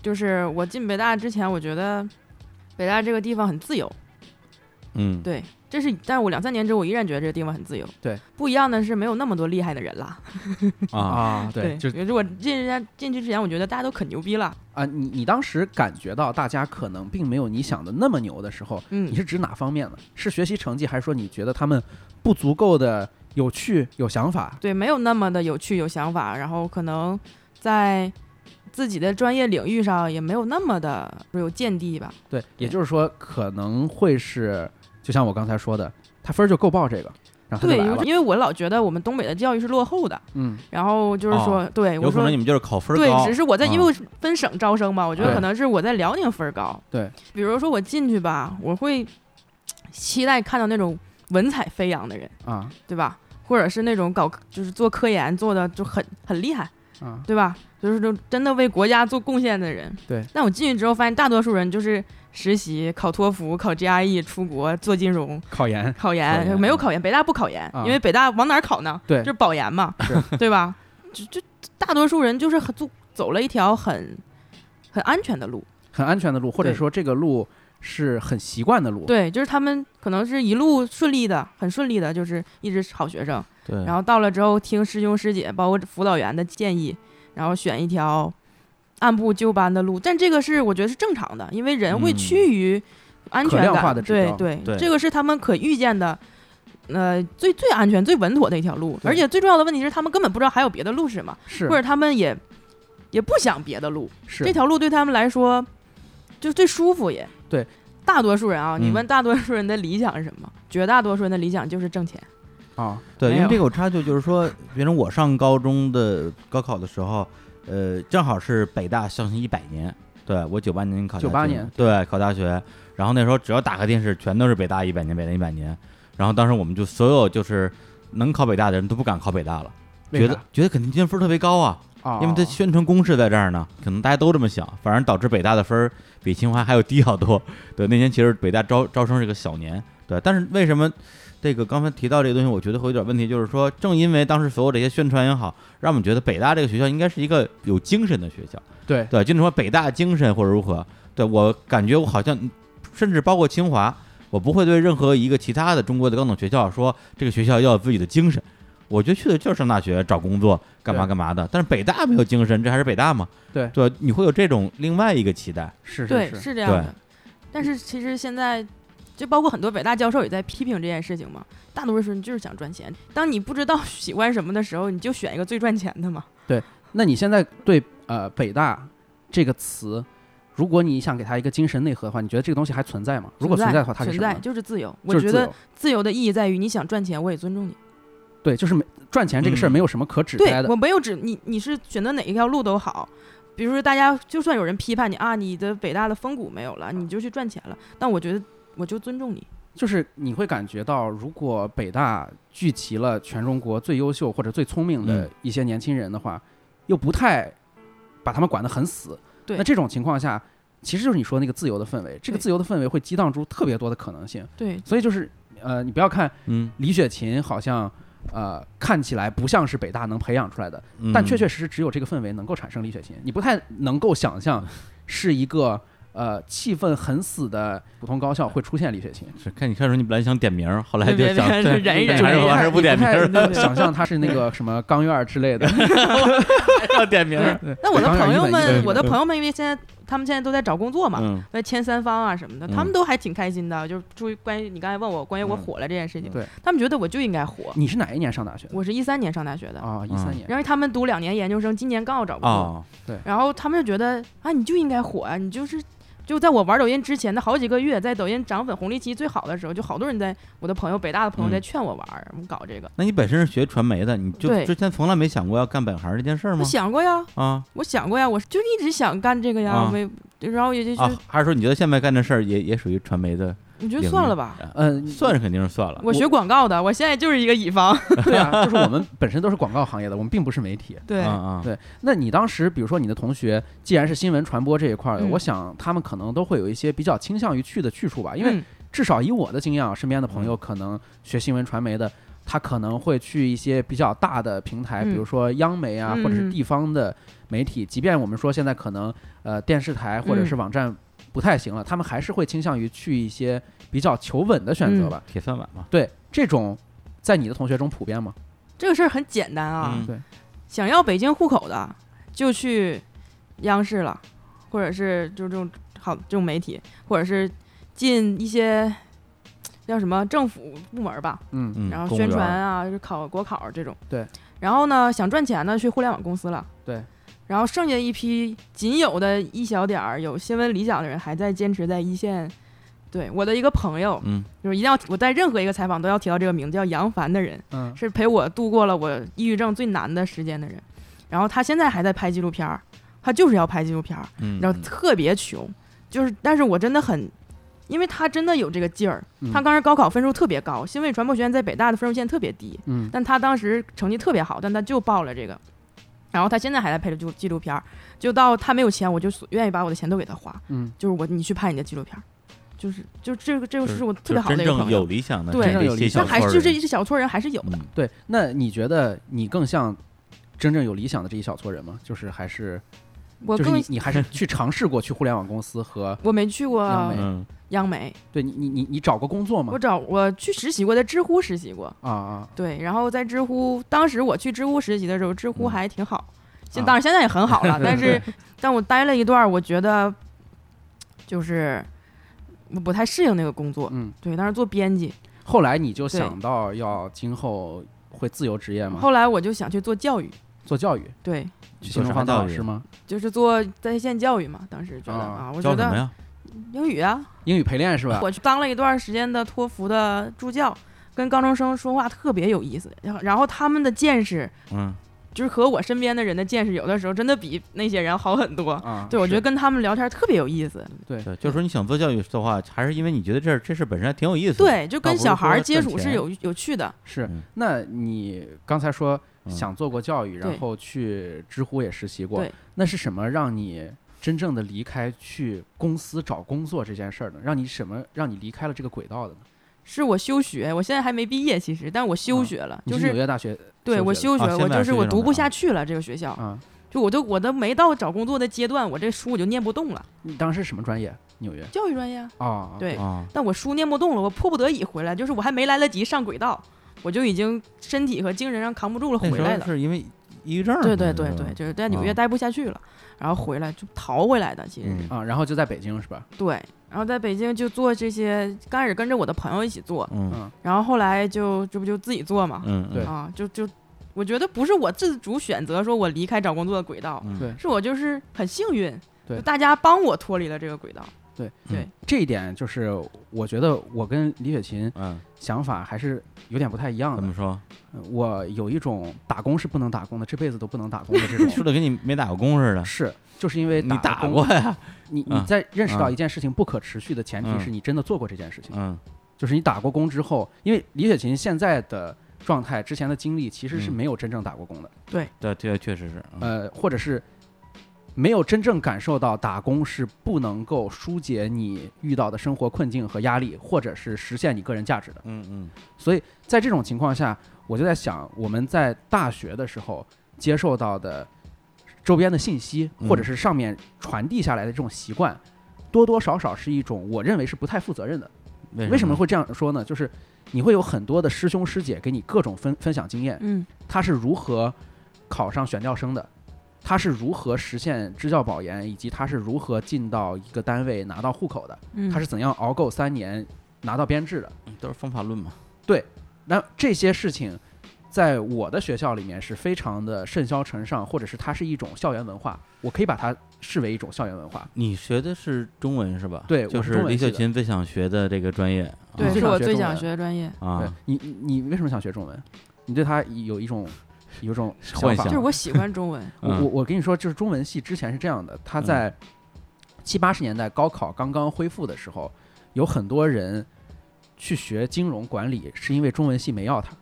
就是我进北大之前，我觉得北大这个地方很自由，
嗯，
对，这是，但是我两三年之后，我依然觉得这个地方很自由。
对，
不一样的是没有那么多厉害的人了。
啊，
啊，对，
就
就是
我进人家进去之前，我觉得大家都可牛逼了。
啊，你你当时感觉到大家可能并没有你想的那么牛的时候，
嗯
你是指哪方面呢？是学习成绩，还是说你觉得他们不足够的有趣、有想法？
对，没有那么的有趣、有想法，然后可能在自己的专业领域上也没有那么的有见地吧。
对，也
对
就是说可能会是，就像我刚才说的，他分儿就够报这个，
啊
然后他
对
就来，了。
因为我老觉得我们东北的教育是落后的，
嗯，
然后就是说，对
哦有
哎我
可能
说
你。们就是考分
对
高，
只是我在，
啊
因为我是分省招生嘛，我觉得
对
可能是我在辽宁分儿高。
对，
比如说我进去吧，我会期待看到那种文采飞扬的人，
啊
对吧？或者是那种搞就是做科研做的就很很厉害，
啊，
对吧？就是就真的为国家做贡献的人。
对。
但我进去之后发现，大多数人就是实习、考托福、考 GRE、出国、做金融、
考研
考研，
考研
没有考研。北大不考研，
啊
因为北大往哪儿考呢？
对
就是保研嘛，
是
对吧？就就大多数人就是很走走了一条很很安全的路。
很安全的路，或者
对
说这个路是很习惯的路。
对，就是他们可能是一路顺利的，很顺利的，就是一直是好学生。
对，
然后到了之后，听师兄师姐，包括辅导员的建议，然后选一条按部就班的路。但这个是我觉得是正常的，因为人会
嗯
趋于安
可
全
量
感，
化的指
对
标
对
对
这个是他们可预见的，呃，最最安全、最稳妥的一条路。而
对
且最重要的问题是，他们根本不知道还有别的路是什么，
是
或者他们也也不想别的路，
是
这条路对他们来说就最舒服也
对。
大多数人啊，你
嗯
问大多数人的理想是什么？绝大多数人的理想就是挣钱。
啊，
对，
没
因为
有
这个有插就就是说，比如我上高中的高考的时候，呃，正好是北大校庆一百年，对我九八年考大学
98年
对考大学，然后那时候只要打开电视，全都是北大一百年，北大一百年，然后当时我们就所有就是能考北大的人都不敢考北大了，
为
觉得
啥
觉得肯定进分儿特别高啊，
啊，
因为它宣传公式在这儿呢，可能大家都这么想，反而导致北大的分儿比清华还要低好多。对，那年其实北大招招生是个小年，对，但是为什么这个刚才提到这个东西，我觉得会有点问题，就是说，正因为当时所有这些宣传也好，让我们觉得北大这个学校应该是一个有精神的学校，
对
对，就是说北大精神或者如何，对我感觉我好像，甚至包括清华，我不会对任何一个其他的中国的高等学校说这个学校要有自己的精神。我觉得去的就是上大学、找工作、干嘛
对
干嘛的。但是北大没有精神，这还是北大吗？
对
对，你会有这种另外一个期待。
是
对，
是
是这样
对
的。但是其实现在，就包括很多北大教授也在批评这件事情嘛。大多数人就是想赚钱。当你不知道 喜欢什么的时候，你就选一个最赚钱的嘛。
那你现在对呃北大这个词，如果你想给它一个精神内核的话，你觉得这个东西还存在吗？如果存在的话，它是
存
什么
在
呢？
就是自由。
就
我
是
觉
自
得
由
自由的意义在于，你想赚钱，我也尊重你。
对，就是没赚钱这个事儿
嗯
没有什么可指
对
摘的
我没有指你，你是选择哪一条路都好。比如说，大家就算有人批判你啊，你的北大的风骨没有了，你就去赚钱了。但我觉得，我就尊重你。
就是你会感觉到，如果北大聚集了全中国最优秀或者最聪明的
嗯
一些年轻人的话，又不太把他们管得很死。
对
那这种情况下，其实就是你说那个自由的氛围，这个
对
自由的氛围会激荡出特别多的可能性。
对，
所以就是呃，你不要看
嗯，
李雪琴好像呃看起来不像是北大能培养出来的，
嗯
但确确实实只有这个氛围能够产生李雪琴，你不太能够想象是一个。呃，气氛很死的普通高校会出现李雪琴，
是看你开始你本来想点名
嗯
儿，后来就
别
想
别
对
忍一忍，
还是
忍一
我还
忍
是不点名
你
儿，
不太能想象她是那个什么 钢院儿之类的。
要点名儿。
那我的
北方
朋
人
友
一本一本
们，
一
我的朋友们，因为现在他们现在都在找工作嘛，
嗯
在签三方啊什么的，他
嗯
们都还挺开心的。就是注意关于你刚才问我关于我
嗯
火了这件事情，
对
他们觉得我就应该火。
你是哪一年上大学的？
我是一三年上大学的，
啊，一三年
因为他们读两年研究生，今年刚好找工作，
啊，
然后他们就觉得啊，你就应该火啊，你就是。就在我玩抖音之前的好几个月，在抖音涨粉红利期最好的时候，就好多人在我的朋友北大的朋友在
嗯
劝我玩儿，我们搞这个。
那你本身是学传媒的，你就
对
之前从来没想过要干本行这件事儿
我
吗？
想过呀，
啊
我想过呀，我就一直想干这个呀，
啊
我没，然后也就、
啊，还是说你觉得现在干这事儿也也属于传媒的？
你就算了吧。
嗯，
算是肯定是算了。
我学广告的，我现在就是一个乙方。
对啊，就是我们本身都是广告行业的，我们并不是媒体。
对，
啊啊，
对，那你当时，比如说你的同学，既然是新闻传播这一块儿的，
嗯
我想他们可能都会有一些比较倾向于去的去处吧，因为
嗯
至少以我的经验啊，身边的朋友可能学新闻传媒的，他可能会去一些比较大的平台，
嗯
比如说央媒啊，
嗯
或者是地方的媒体。即便我们说现在可能呃电视台或者
嗯
是网站不太行了，他们还是会倾向于去一些比较求稳的选
嗯
择吧。
铁饭碗嘛。
对，这种在你的同学中普遍吗？
这个事儿很简单啊，
嗯
对，
想要北京户口的就去央视了，或者是就这种好这种媒体，或者是进一些叫什么政府部门吧，
嗯
嗯，
然后
公务员
宣传啊，就是考国考这种。
对。
然后呢，想赚钱呢，去互联网公司了。
对。
然后剩下一批仅有的一小点儿有新闻理想的人，还在坚持在一线。对我的一个朋友，
嗯
就是一定要我在任何一个采访都要提到这个名字，叫杨凡的人，
嗯
是陪我度过了我抑郁症最难的时间的人。然后他现在还在拍纪录片儿，他就是要拍纪录片儿，
嗯，
然后特别穷，就是但是我真的很，因为他真的有这个劲儿，
嗯
他当时高考分数特别高，新闻与传播学院在北大的分数线特别低，
嗯
但他当时成绩特别好，但他就报了这个，然后他现在还在拍着纪录纪录片儿，就到他没有钱，我就所愿意把我的钱都给他花，
嗯，
就是我你去拍你的纪录片儿，就是就这个这个
就是
我特
就
别
是
好的
真
一个
正
朋
有
友，
理想的，
对
真正有
这些
理想
小
但还是就
这
这一小撮人还是有的，
嗯
对。那你觉得你更像真正有理想的这一小撮人吗？就是还是
我
就是
更
你你还是去尝试过去互联网公司和
我没去过
央媒
嗯
央媒，
对你你你你找过工作吗
我？找我去实习过，在知乎实习过，
啊啊，
对，然后在知乎，当时我去知乎实习的时候，知乎
嗯
还挺好，现、
啊，
当然现在也很好了 但是但我待了一段儿，我觉得就是我不太适应那个工作，
嗯，
对，当时做编辑，
后来你就想到要今后会自由职业吗？
后来我就想去做教育，
做教育，
对，
去
做
新东
啥
方当
教
老
育啊
师吗？
就是做在线教育嘛，当时觉得
啊
啊，我
教
觉
什么
得
呀？
英语啊，
英语陪练是吧？
我去当了一段时间的托福的助教，跟高中生说话特别有意思，然后然后他们的见识。
嗯
就是和我身边的人的见识，有的时候真的比那些人好很多。
啊，
对，我觉得
是
跟他们聊天特别有意思。
对，就是说你想做教育的话，还是因为你觉得这这事本身还挺有意思的。
对，就
倒
跟
不
小
是
孩儿
说
接
赚
触是
钱
有有趣的。
是
嗯。
那你刚才说
嗯
想做过教育，
对
然后去知乎也实习过
对，
那是什么让你？真正的离开去公司找工作这件事儿呢，让你什么让你离开了这个轨道的呢？
是我休学，我现在还没毕业，其实，但我休
啊
学了，
你
就是
纽
是
约大学
对我
休
休
啊
学，
现
我
在
就是是我
这
读
种
不
的啊
下去了。这个学校
的，啊？
就我都我都没到找工作的阶段，我这书我就念不动了，
你当时什么专业？纽约
教育专业啊。
啊？
对，
啊，
但我书念不动了，我迫不得已回来，就是我还没来得及上轨道，我就已经身体和精神上扛不住了，
那
回
时
来
候
的。
是因为抑郁症儿
对
嘛。
对对
是吧
对，，就是在纽
啊
约待不下去了，然后回来就逃回来的，其实是。
嗯
啊，然后就在北京是吧？
对，然后在北京就做这些，刚开始跟着我的朋友一起做，
嗯
然后后来就这不就自己做嘛，
嗯，
对
啊，就就我觉得不是我自主选择说我离开找工作的轨道，
嗯
对
是我就是很幸运，
对
就大家帮我脱离了这个轨道。
这一点就是我觉得我跟李雪琴
嗯，
想法还是有点不太一样
怎
的
么。说？
呃我有一种打工是不能打工的，这辈子都不能打工的这
说
种。
的跟你没打过工似的。
是，就是因为
你
打
打
工
过，呀？
你
啊
你在认识到
啊
一件事情不可持续的前提
嗯
是你真的做过这件事情，
嗯
就是你打过工之后，因为李雪琴现在的状态，之前的经历其实是
嗯
没有真正打过工的，
对，这确实是。嗯
呃，或者是没有真正感受到打工是不能够疏解你遇到的生活困境和压力，或者是实现你个人价值的。
嗯嗯
所以在这种情况下，我就在想，我们在大学的时候接受到的周边的信息，
嗯
或者是上面传递下来的这种习惯，多多少少是一种我认为是不太负责任的。
嗯，
为什么？会这样说呢？就是你会有很多的师兄师姐给你各种分分享经验，
嗯
他是如何考上选调生的，他是如何实现支教保研，以及他是如何进到一个单位拿到户口的，
嗯，
他是怎样熬够三年拿到编制的。
都是方法论嘛。
那这些事情，在我的学校里面是非常的甚嚣尘上，或者是它是一种校园文化，我可以把它视为一种校园文化。
你学的是中文是吧？
对
就
我是
是
中文
李
系
雪
的
琴最想学的这个专业。
对，
啊
最
是
想
我
学
最
中
想
文
学的专业，
对
啊，
你你你为什么想学中文？你对它有一种有一种想
幻
法
想
就是我喜欢中文，
我
嗯
我我跟你说，就是中文系之前是这样的，他在七八十年代高考刚刚恢复的时候，有很多人去学金融管理，是因为中文系没要他。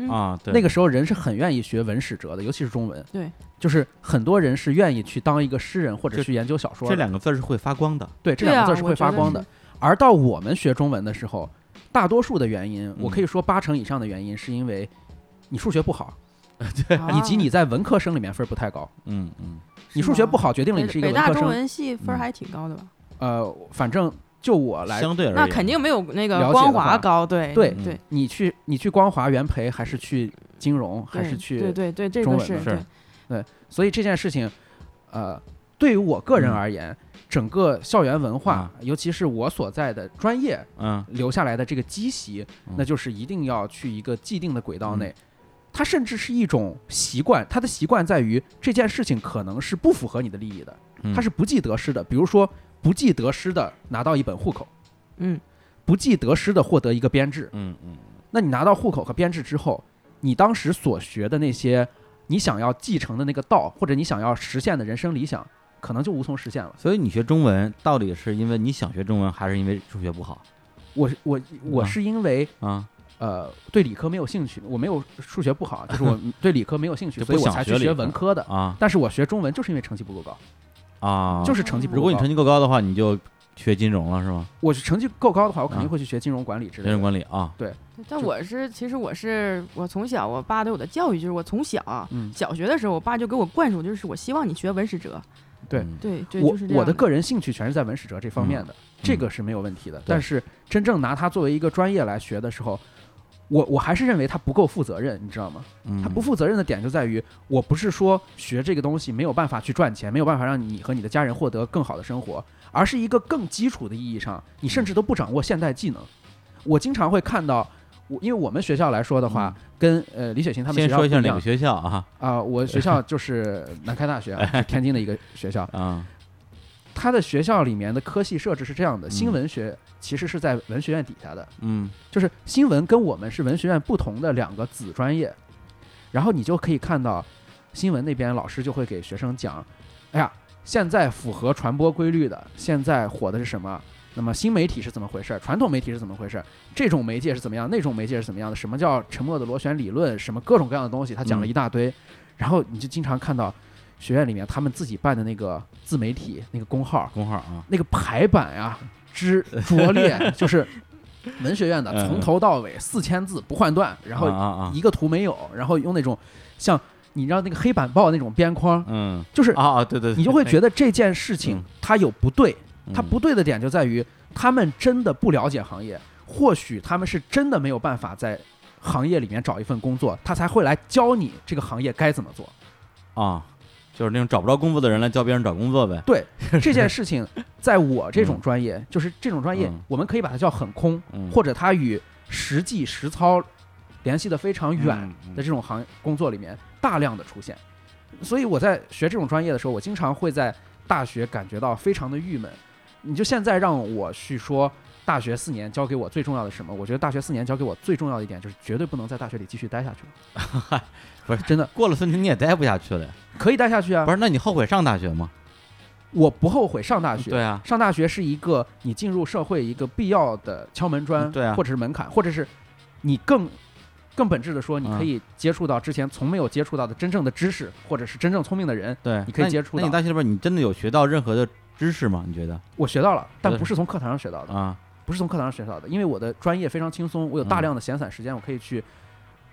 嗯
啊，对
那个时候人是很愿意学文史哲的，尤其是中文。
对，
就是很多人是愿意去当一个诗人或者
这
去研究小说
这
的。
两个字儿是会发光的。
对，这
对
两
啊
个字是
我
会
觉
发
得
光的。
是
而到我们学中文的时候，大多数的原因，
嗯
我可以说八成以上的原因是因为你数学不好，以
啊
及你在文科生里面分儿不太高。
嗯嗯，
你
是
数学
吗
不好决定了
北
你是一个
北
文
大
科
中
生。
文系分儿
嗯
还挺高的吧？
呃，反正就我来，
相对而言，
那肯定没有那
了
个
解
光
的话
华高，对
对
嗯
对
你去你去光华、元培，还是去金融，还是
对
去
对对对，这
中
个
文
是
的
是
对
所以这件事情，呃，对于我个
嗯
人而言，整个校园文化，尤其是我所在的专业
嗯
留下来的这个积习，
嗯
那就是一定要去一个既定的轨道内。
嗯
它甚至是一种习惯，它的习惯在于这件事情可能是不符合你的利益的，
嗯
它是不计得失的。比如说，不计得失的拿到一本户口，
嗯，
不计得失的获得一个编制，
嗯嗯
那你拿到户口和编制之后，你当时所学的那些你想要继承的那个道，或者你想要实现的人生理想，可能就无从实现了。
所以你学中文到底是因为你想学中文，还是因为数学不好
我我我
啊
是因为
啊？
呃对理科没有兴趣，我没有数学不好，就是 我对理科没有兴趣，
就
所以
不
我
想
才
学
去
理
学
科
文科的。
啊
但是我学中文就是因为成绩不够高，
啊！
就是成绩不
如
够
果
高。
你成绩够高的话，你就学金融了是吗？
我是成绩够高的话，我肯定
啊
会去学金融管理之
金
类
融
的。
管理啊，
但
就
我是，其实我是，我从小我爸对我的教育就是，我从小啊
嗯
小学的时候，我爸就给我灌输，就是我希望你学文史哲。
对
嗯
对对，
我
就是这
我
样
的个人兴趣全是在文史哲这方面的，这
嗯
个是没有问题的。但是真正拿它作为一个专业来学的时候，我我还是认为它不够负责任，你知道吗？
嗯
它不负责任的点就在于，我不是说学这个东西没有办法去赚钱，没有办法让你和你的家人获得更好的生活，而是一个更基础的意义上，你
嗯
甚至都不掌握现代技能。我经常会看到，我因为我们学校来说的话，跟呃李雪琴他们
嗯
学
先
校
说一下
不
哪
样
个学校啊
啊、我学校就是南开大学、 啊，是天津的一个学校。
啊
他的学校里面的科系设置是这样的：
嗯
新闻学其实是在文学院底下的，
嗯
就是新闻跟我们是文学院不同的两个子专业。然后你就可以看到，新闻那边老师就会给学生讲：“哎呀，现在符合传播规律的，现在火的是什么？那么新媒体是怎么回事？传统媒体是怎么回事？这种媒介是怎么样？那种媒介是怎么样的？什么叫沉默的螺旋理论？什么各种各样的东西？他讲了一大堆。然后你就经常看到学院里面他们自己办的那个自媒体那个公号，
工号啊
那个排版呀、 之拙劣，就是文学院的
嗯
从头到尾四千字不换段，然
啊
后
啊啊
一个图没有，然后用那种像你知道那个黑板报那种边框，
嗯
就是
啊啊对对，哎嗯
你就会觉
得
得这件事情
嗯
它有不对，它不对的点就在于他们真的不了解行业，或许他们是真的没有办法在行业里面找一份工作，他才会来教你这个行业该怎 么做。
啊，就是那种找不着工作的人来教别人找工作呗。
对这件事情，在我这种专业，就是这种专业
嗯，
我们可以把它叫很空，
嗯，
或者它与实际实操联系的非常远
嗯
的这种行工作里面大量的出现。所以我在学这种专业的时候，我经常会在大学感觉到非常的郁闷。你就现在让我去说大学四年教给我最重要的是什么？我觉得大学四年教给我最重要的一点就是绝对不能在大学里继续待下去了。
不是
真的
过了三年你也待不下去了呀。
可以待下去啊
不！是，那你后悔上大学吗？
我不后悔上大学，
对啊，
上大学是一个你进入社会一个必要的敲门砖，
嗯对啊
或者是门槛，或者是你更更本质的
嗯
说，你可以接触到之前从没有接触到的真正的知识，或者是真正聪明的人。
对，啊
你可以
那
接触
那你
到
大学里边你真的有学到任何的知识吗？你觉得
我学到了，但
对
不是从课堂上学到的，
啊？
不是从课堂上学到的，因为我的专业非常轻
嗯
松，我有大量的闲散时间，我可以去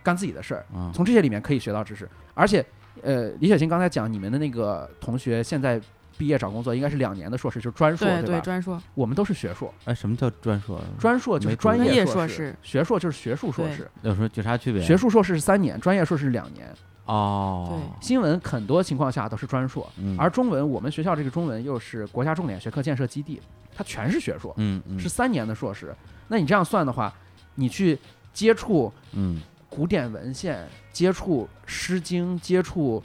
干自己的事儿，
啊，
从这些里面可以学到知识。而且，呃，李雪琴刚才讲，你们的那个同学现在毕业找工作应该是两年的硕士，就是专硕，
对
吧？
专硕
我们都是学硕，
哎，什么叫专硕？
专硕就是
没
专
专
业
业
硕
硕
士
士，
学硕就是学术硕
对
士，
有什么有啥区别？
学术硕士是三年，专业硕士是两年。
哦，
新闻很多情况下都是专硕，
嗯
而中文我们学校这个中文又是国家重点学科建设基地，它全是学硕，
嗯嗯
是三年的硕士。那你这样算的话，你去接触
嗯
古典文献，接触《诗经》，接触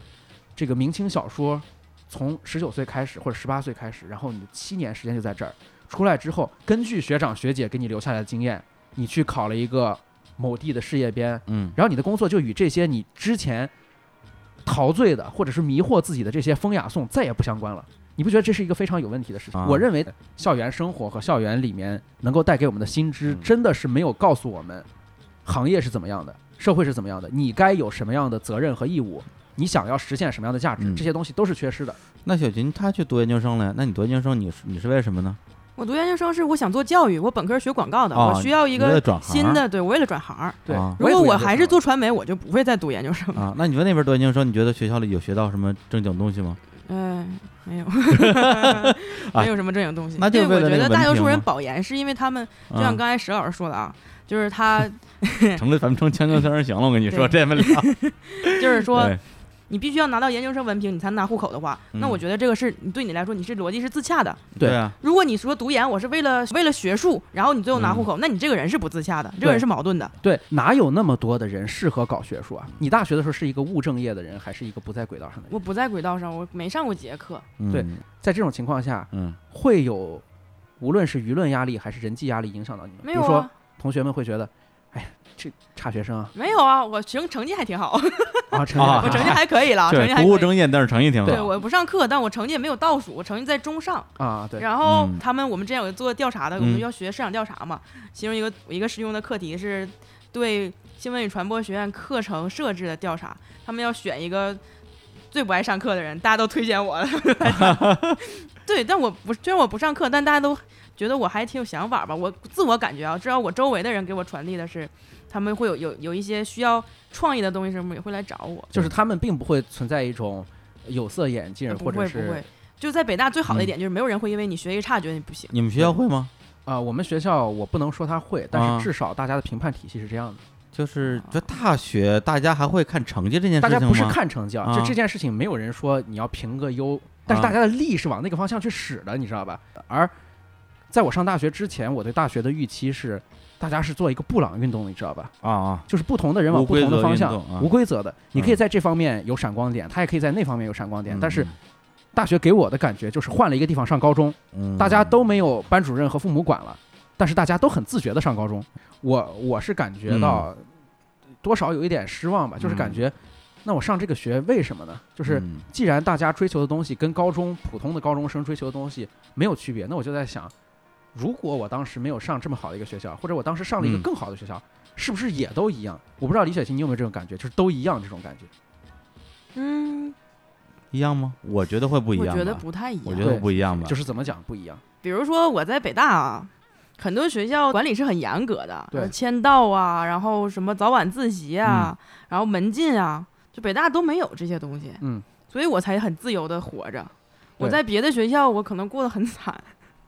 这个明清小说，从十九岁开始或者十八岁开始，然后你七年时间就在这儿。出来之后，根据学长学姐给你留下来的经验，你去考了一个某地的事业编，
嗯
然后你的工作就与这些你之前陶醉的或者是迷惑自己的这些风雅颂再也不相关了。你不觉得这是一个非常有问题的事情？
啊
我认为校园生活和校园里面能够带给我们的新知，
嗯
真的是没有告诉我们行业是怎么样的，社会是怎么样的，你该有什么样的责任和义务，你想要实现什么样的价值，
嗯
这些东西都是缺失的。
那小琴她去读研究生了，那你读研究生你是你是为什么呢？
我读研究生是我想做教育，我本科学广告的，
哦
我需要一
你为了
个
转行
新的，对我为了转行。
对
啊，
如果
也
我
不
还是做传媒，我就不会再读研究生 了。
啊，那你在那边读研究生，你觉得学校里有学到什么正经东西吗？
嗯，没有，
啊
没有什么正经东西。
那就
对，
为
我
了
觉
那个
得大
文
多数
凭
人
吗
保研是因为他们，就
啊
像刚才石老师说的啊，就是他
成了咱们成强强三人行了，我跟你说，这么俩，
就是说
对
你必须要拿到研究生文凭，你才能拿户口的话，那
嗯
我觉得这个是你对你来说，你是逻辑是自洽的。
对啊，
如果你说读研我是为了为了学术，然后你最后拿户
嗯
口，那你这个人是不自洽的，这个人是矛盾的。
对，哪有那么多的人适合搞学术啊？你大学的时候是一个务正业的人，还是一个不在轨道上的人？
我不在轨道上，我没上过几节课。
对
嗯
在这种情况下，
嗯
会有无论是舆论压力还是人际压力影响到你们。
没
比
有
如说
啊，，
同学们会觉得，哎呀，这差学 生啊，
没有啊，我学生成绩还 挺好，
啊，成绩
啊
我成绩还可以了，成绩
对，
还
不务
可以。
正业，但是成绩挺
对，
好。
我不上课，但我成绩也没有倒数，我成绩在中上。
啊，对，
然后
嗯
他们我们之前有做调查的，我们要学市场调查嘛，其中一个一个师兄的课题是对新闻与传播学院课程设置的调查，他们要选一个最不爱上课的人，大家都推荐我了。 对，但我不虽然我不上课，但大家都觉得我还挺有想法吧。我自我感觉啊，至少我周围的人给我传递的是，他们会有有有一些需要创意的东西什么也会来找我。
就是他们并不会存在一种有色眼镜，
啊不
或者
会不会
是，
就在北大最好的
嗯
一点就是没有人会因为你学习差觉得你不行。
你们学校会吗？
啊，我们学校我不能说他会，但
啊
是至少大家的评判体系是这样的，
就是就大学，大家还会看成绩这件事
大
情吗？
家不是看成绩啊，
啊
就这件事情没有人说你要评个优，但是
啊
大家的力是往那个方向去使的，你知道吧？而在我上大学之前，我对大学的预期是，大家是做一个布朗运动，你知道吧？
啊啊，
就是不同的人往不同的方向
无规则运动啊，
无规则的，你可
嗯
以在这方面有闪光点，他也可以在那方面有闪光点。但是
嗯
大学给我的感觉就是换了一个地方上高中，
嗯
大家都没有班主任和父母管了，但是大家都很自觉的上高中。我我是感觉到
嗯
多少有一点失望吧，就是感觉那我上这个学为什么呢？就是
嗯
既然大家追求的东西跟高中普通的高中生追求的东西没有区别，那我就在想，如果我当时没有上这么好的一个学校，或者我当时上了一个
嗯
更好的学校，是不是也都一样？我不知道李雪琴你有没有这种感觉，就是都一样这种感觉。
嗯，
一样吗？我觉得会不一
我
样吧。
觉得不太一样。
我觉得
对
不一样吧。
就是怎么讲不一样？
比如说我在北大啊，很多学校管理是很严格的，
对
呃签到啊，然后什么早晚自习啊，
嗯
然后门禁啊，就北大都没有这些东西，
嗯，
所以我才很自由的活着。我
对
在别的学校，我可能过得很惨，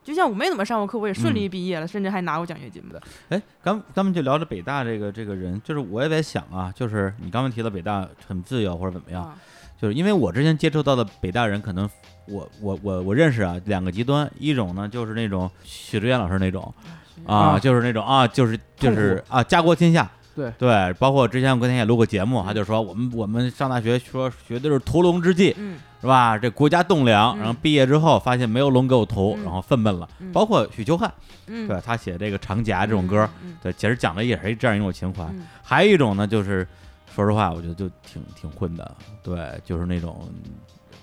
就像我没怎么上过课，我也顺
嗯
利毕业了，甚至还拿过奖学金吧。
哎，刚咱们就聊着北大这个这个人，就是我也在想啊，就是你刚才提到北大很自由或者怎么样，
啊，
就是因为我之前接触到的北大人，可能我我我我认识啊两个极端，一种呢就是那种许志远老师那种
嗯
啊，
啊
就是那种啊，就是就
痛苦
是啊，家国天下。
对
对，包括之前我跟他也录过节目，他就说我们我们上大学说学的是屠龙之计，
嗯，
是吧？这国家栋梁，
嗯
然后毕业之后发现没有龙给我屠，
嗯
然后愤懑了。
嗯
包括许秋汉，
嗯，
对他写这个《长夹》
嗯，
这种歌，
嗯，
对，其实讲的也是这样一种情怀。
嗯
还有一种呢，就是说实话，我觉得就挺挺混的，对，就是那种，嗯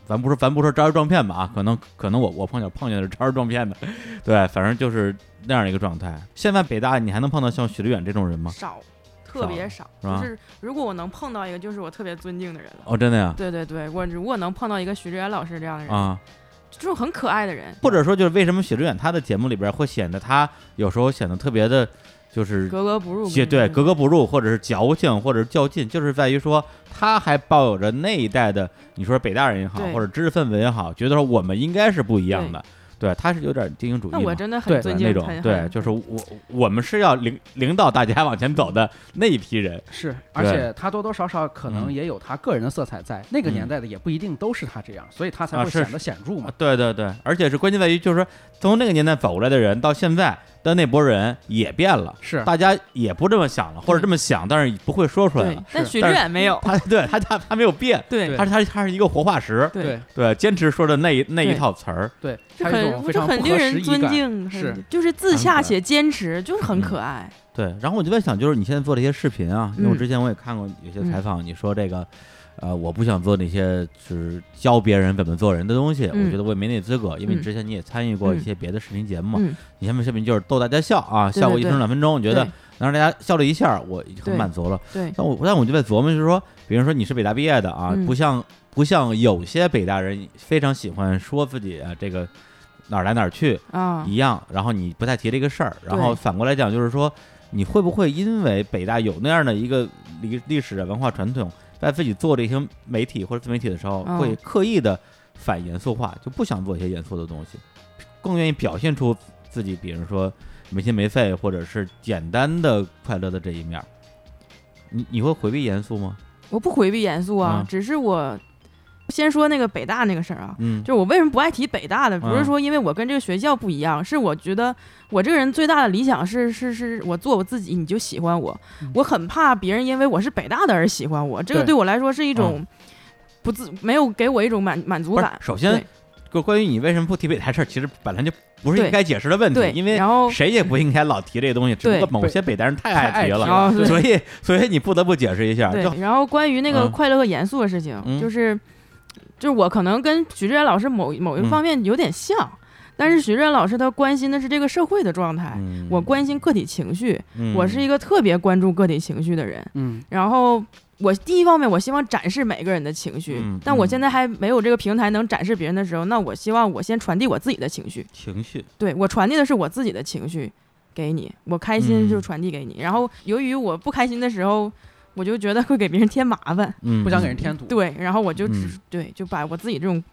咱不说咱不说招摇撞骗吧
嗯
啊，可能可能我我碰巧碰见的是招摇撞骗的，对，反正就是那样一个状态。现在北大你还能碰到像许志远这种人
嗯
吗？
少，特别少，
是吧
就是如果我能碰到一个，就是我特别尊敬的人了。
哦，真的呀，
对对对，我如果能碰到一个徐志远老师这样的人，
啊，
这种很可爱的人，
或者说就是为什么许志远他的节目里边会显得他有时候显得特别的，就是
格格不入，嗯
也对格格不入，或者是矫情，或者是较劲，就是在于说他还抱有着那一代的，你说北大人也好，
对
或者知识分子也好，觉得说我们应该是不一样的。对，他是有点精英主义
那
嘛
我真的
对
很尊敬
那种
很
对，
很
就是我我们是要领领导大家往前走 的那一批人，
是，而
对
且他多多少少可能
嗯
也有他个人的色彩在，那个年
嗯
代的也不一定都是他这样，所以他才
啊
会
是
显得显著嘛。
对对对，而且是关键在于，就是说从那个年代走过来的人到现在的那波人也变了，
是
大家也不这么想了，或者这么想，但是不会说出来
对
了。，
但
是
许
但
志
是
远没 有，
他对他他他没有变，
对
他是他是他是一个活化石，
对，
对，坚持说的那一那一
对
套词儿，
对，
这
他有一种
很
非
这
常不
很令
合时
人
宜
尊
感。
敬，很
是
就是自
很可
洽
爱
且坚持，就是很
嗯
可爱。
对。然后我就在想，就是你现在做这些视频啊，因为我
嗯
之前我也看过有些采访，你说这个。呃，我不想做那些就是教别人怎么做人的东西，我
嗯
觉得我也没那资格，因为你
嗯
之前你也参与过一
嗯
些别的视频节目嘛，
嗯，
你前面视频就是逗大家笑啊，
对
笑个
对
一分钟两分钟，你觉得
对
能让大家笑了一下，我已经很
对
满足了。
对，
但我但我就在琢磨，就是说，比如说你是北大毕业的啊，
嗯
不像不像有些北大人非常喜欢说自己啊这个哪儿来哪儿去
啊，
一样，然后你不太提这个事儿，然后
对
反过来讲就是说，你会不会因为北大有那样的一个历历史啊文化传统，在自己做这些媒体或者自媒体的时候，
嗯
会刻意的反严肃化，就不想做一些严肃的东西，更愿意表现出自己，比如说没心没肺或者是简单的快乐的这一面儿。你你会回避严肃吗？
我不回避严肃啊
嗯，
只是我先说那个北大那个事儿啊，
嗯，
就是我为什么不爱提北大的，不
嗯
是说因为我跟这个学校不一样，是我觉得我这个人最大的理想是是是我做我自己，你就喜欢我
嗯，
我很怕别人因为我是北大的而喜欢我，这个
对
对我来说是一种不自没有给我一种满满足
嗯不是
感。
首
对
先。就关于你为什么不提北大事儿，其实本来就不是
对
应该解释的问题，
对，
因为
然后
谁也不应该老提这东西，只不
对
过某些北大人太爱提
太爱
了，
然后
所以所以你不得不解释一下。
对
就，
然后关于那个
啊嗯
快乐和严肃的事情，
嗯
就是就是我可能跟许志远老师某某一
嗯
方面有点像，但是许志远老师他关心的是这个社会的状态，
嗯
我关心个体情绪，
嗯
我是一个特别关注个体情绪的人。
嗯，
然后我第一方面，我希望展示每个人的情绪，
嗯
但我
嗯
现在还没有这个平台能展示别人的时候，那我希望我先传递我自己的情绪，
情绪，
对我传递的是我自己的情绪给你，我开心
嗯
就传递给你。然后由于我不开心的时候，我就觉得会给别人添麻烦，
嗯，
不想给人添堵。，
对，然后我就只、
嗯对
对就把我自己这种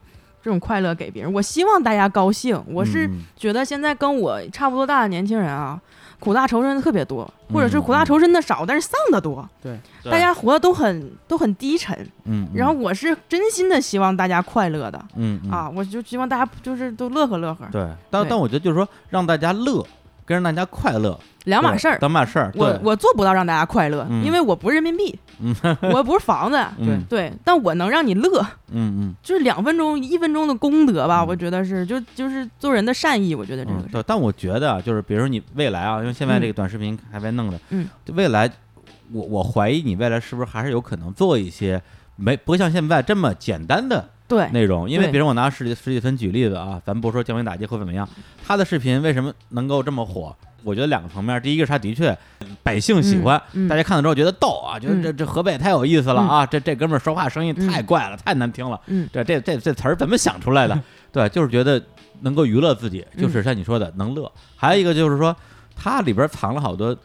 这种快乐给别人。我希望大家高兴，我是
嗯
觉得现在跟我差不多大的年轻人啊，苦大仇深的特别多，或者是苦
嗯
大
嗯
仇深的少，但是丧的多。
对
大家活得都很都很低沉，
嗯，嗯
然后我是真心的希望大家快乐的、
嗯嗯
啊，我就希望大家就是都乐呵乐呵，
对，但
对
但我觉得就是说让大家乐。跟让大家快乐
两码
对
事儿。
两码事儿。
我
对
我做不到让大家快乐，
嗯
因为我不是人民币，
嗯
我不是房子，
嗯
对，但我能让你乐，
嗯嗯
就是两分钟一分钟的功德吧，
嗯
我觉得是就就是做人的善意，我觉得这
嗯，
个是、
对。但我觉得啊，就是比如说你未来啊，因为现在这个短视频还在弄的，
嗯，
未来我我怀疑你未来是不是还是有可能做一些没不像现在这么简单的
对
内容，因为
哎对
比如我拿史蒂史蒂芬举例子啊，咱不说降维打击或怎么样，他的视频为什么能够这么火？我觉得两个层面，第一个是他的确百姓喜欢，
嗯嗯
大家看了之后觉得逗啊，觉得
嗯
这这河北太有意思了啊，这这哥们儿说话声音太怪了，太难听了，
嗯
这这这这词儿怎么想出来 的？对，就是觉得能够娱乐自己，
嗯
就是像你说的能乐。还有一个就是说，它里边藏了好多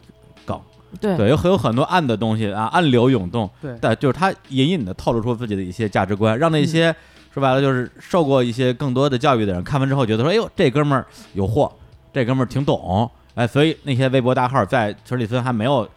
梗，
对
对，有很有很多暗的东西啊，暗流涌动，
对
但就是他隐隐的透露出自己的一些价值观，让那些、
嗯
说白了就是受过一些更多的教育的人看完之后觉得说，哎呦，这哥们儿有货，这哥们儿挺懂，哎，所以那些微博大号在村里村还没有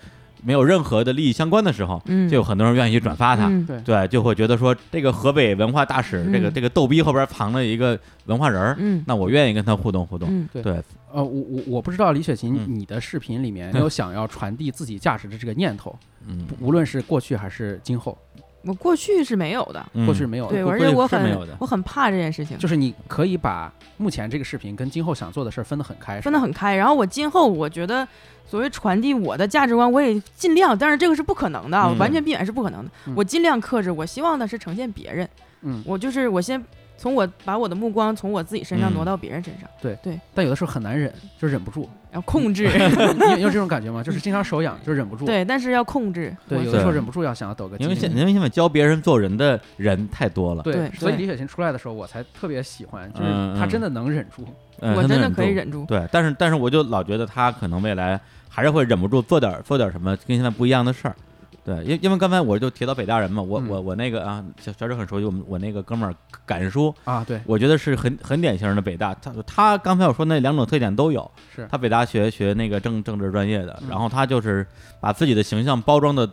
没有任何的利益相关的时候，
嗯
就有很多人愿意去转发他。
嗯
对
对，就会觉得说这个河北文化大使，这个
嗯
这个逗逼后边藏了一个文化人儿，
嗯
那我愿意跟他互动互动。
嗯
对
对，
呃，我我我不知道李雪琴，
嗯
你的视频 里面有想要传递自己价值的这个念头，
嗯，
不无论是过去还是今后，
我过去是没有的，
嗯
过去没有的，
对，
过
而且
过
我
去是没有
很
的
我很怕这件事情，
就是你可以把目前这个视频跟今后想做的事儿分得很开，是吧
分得很开。然后我今后我觉得，所谓传递我的价值观，我也尽量，但是这个是不可能的，啊
嗯
完全避免是不可能的。
嗯
我尽量克制，我希望的是呈现别人。
嗯
我就是我先从我把我的目光从我自己身上
嗯
挪到别人身上，
但有的时候很难忍，就忍 不住。
要控制。
嗯
你有你有这种感觉吗？就是经常手痒，就忍不住。
对，但是要控制。
对
我
有
对
的时候忍不住要想要抖个机
因为现
灵。
因为现在教别人做人的人太多了，
对
对，
所以
对
李雪琴出来的时候，我才特别喜欢，就是
嗯
她
嗯
真的能忍住。
嗯
我
他能
真的
忍
可以
住
忍住。
对，但是但是我就老觉得他可能未来还是会忍不住做点做点什么跟现在不一样的事儿，对，因因为刚才我就提到北大人嘛，我
嗯
我我那个啊，小小周很熟悉，我们我那个哥们儿敢叔，
啊，对，
我觉得是很很典型的北大，他他刚才我说那两种特点都有，
是
他北大学学那个政政治专业的，
嗯
然后他就是把自己的形象包装的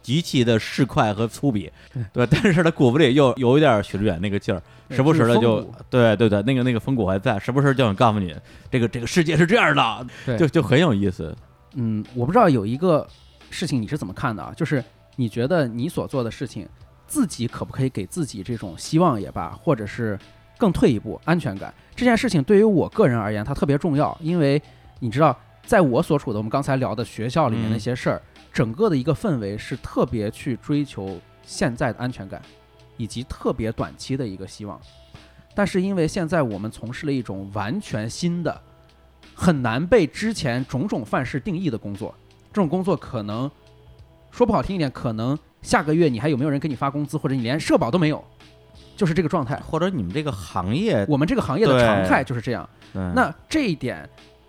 极其的市侩和粗鄙，对吧，但是他骨子里又有一点许志远那个劲儿，
对
时不时的
就是
就
风骨
对对对，那个那个风骨还在，时不时就想告诉你，这个这个世界是这样的，
对
就就很有意思。
嗯，我不知道有一个事情你是怎么看的啊？就是你觉得你所做的事情，自己可不可以给自己这种希望也罢，或者是更退一步安全感这件事情，对于我个人而言，它特别重要，因为你知道，在我所处的我们刚才聊的学校里面那
嗯
些事儿，整个的一个氛围是特别去追求现在的安全感，以及特别短期的一个希望。但是因为现在我们从事了一种完全新的、很难被之前种种范式定义的工作，这种工作可能说不好听一点，可能下个月你还有没有人给你发工资，或者你连社保都没有，就是这个状态。
或者你们这个行业，
我们这个行业的
对
常态就是这样。
嗯
那这一点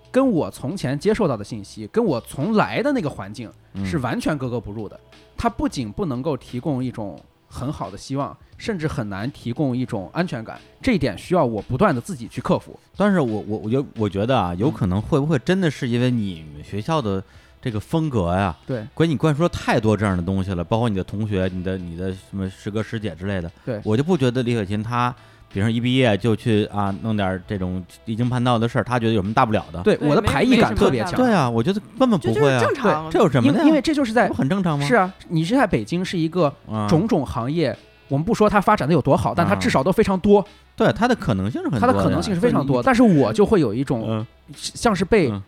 跟我从前接受到的信息，跟我从来的那个环境
嗯
是完全格格不入的。它不仅不能够提供一种很好的希望，甚至很难提供一种安全感。这一点需要我不断的自己去克服。
但是我我我觉我觉得啊，有可能会不会真的是因为你们学校的这个风格呀、
对，
给你灌输了太多这样的东西了，包括你的同学、你的你的什么师哥师姐之类的。
对
我就不觉得李雪琴她，比如说一毕业就去啊弄点这种离经叛道的事儿，她觉得有什么大不了的？
对
对
我的
没
排异
没
感
什
特
么
别
大
强。
不了
对啊，我觉得根本
就
不
就
会
是
啊，
正常。
这有什么
因
的
为
呀？
因为这就是在
不很正常吗？
是啊，你是在北京是一个
啊，
种种行业，我们不说它发展的有多好，但它
啊
至少都非常多，
对它的可能性是很
它
多
的
呀
可能性是非常多。
就
但是我就会有一种
嗯
像是被
嗯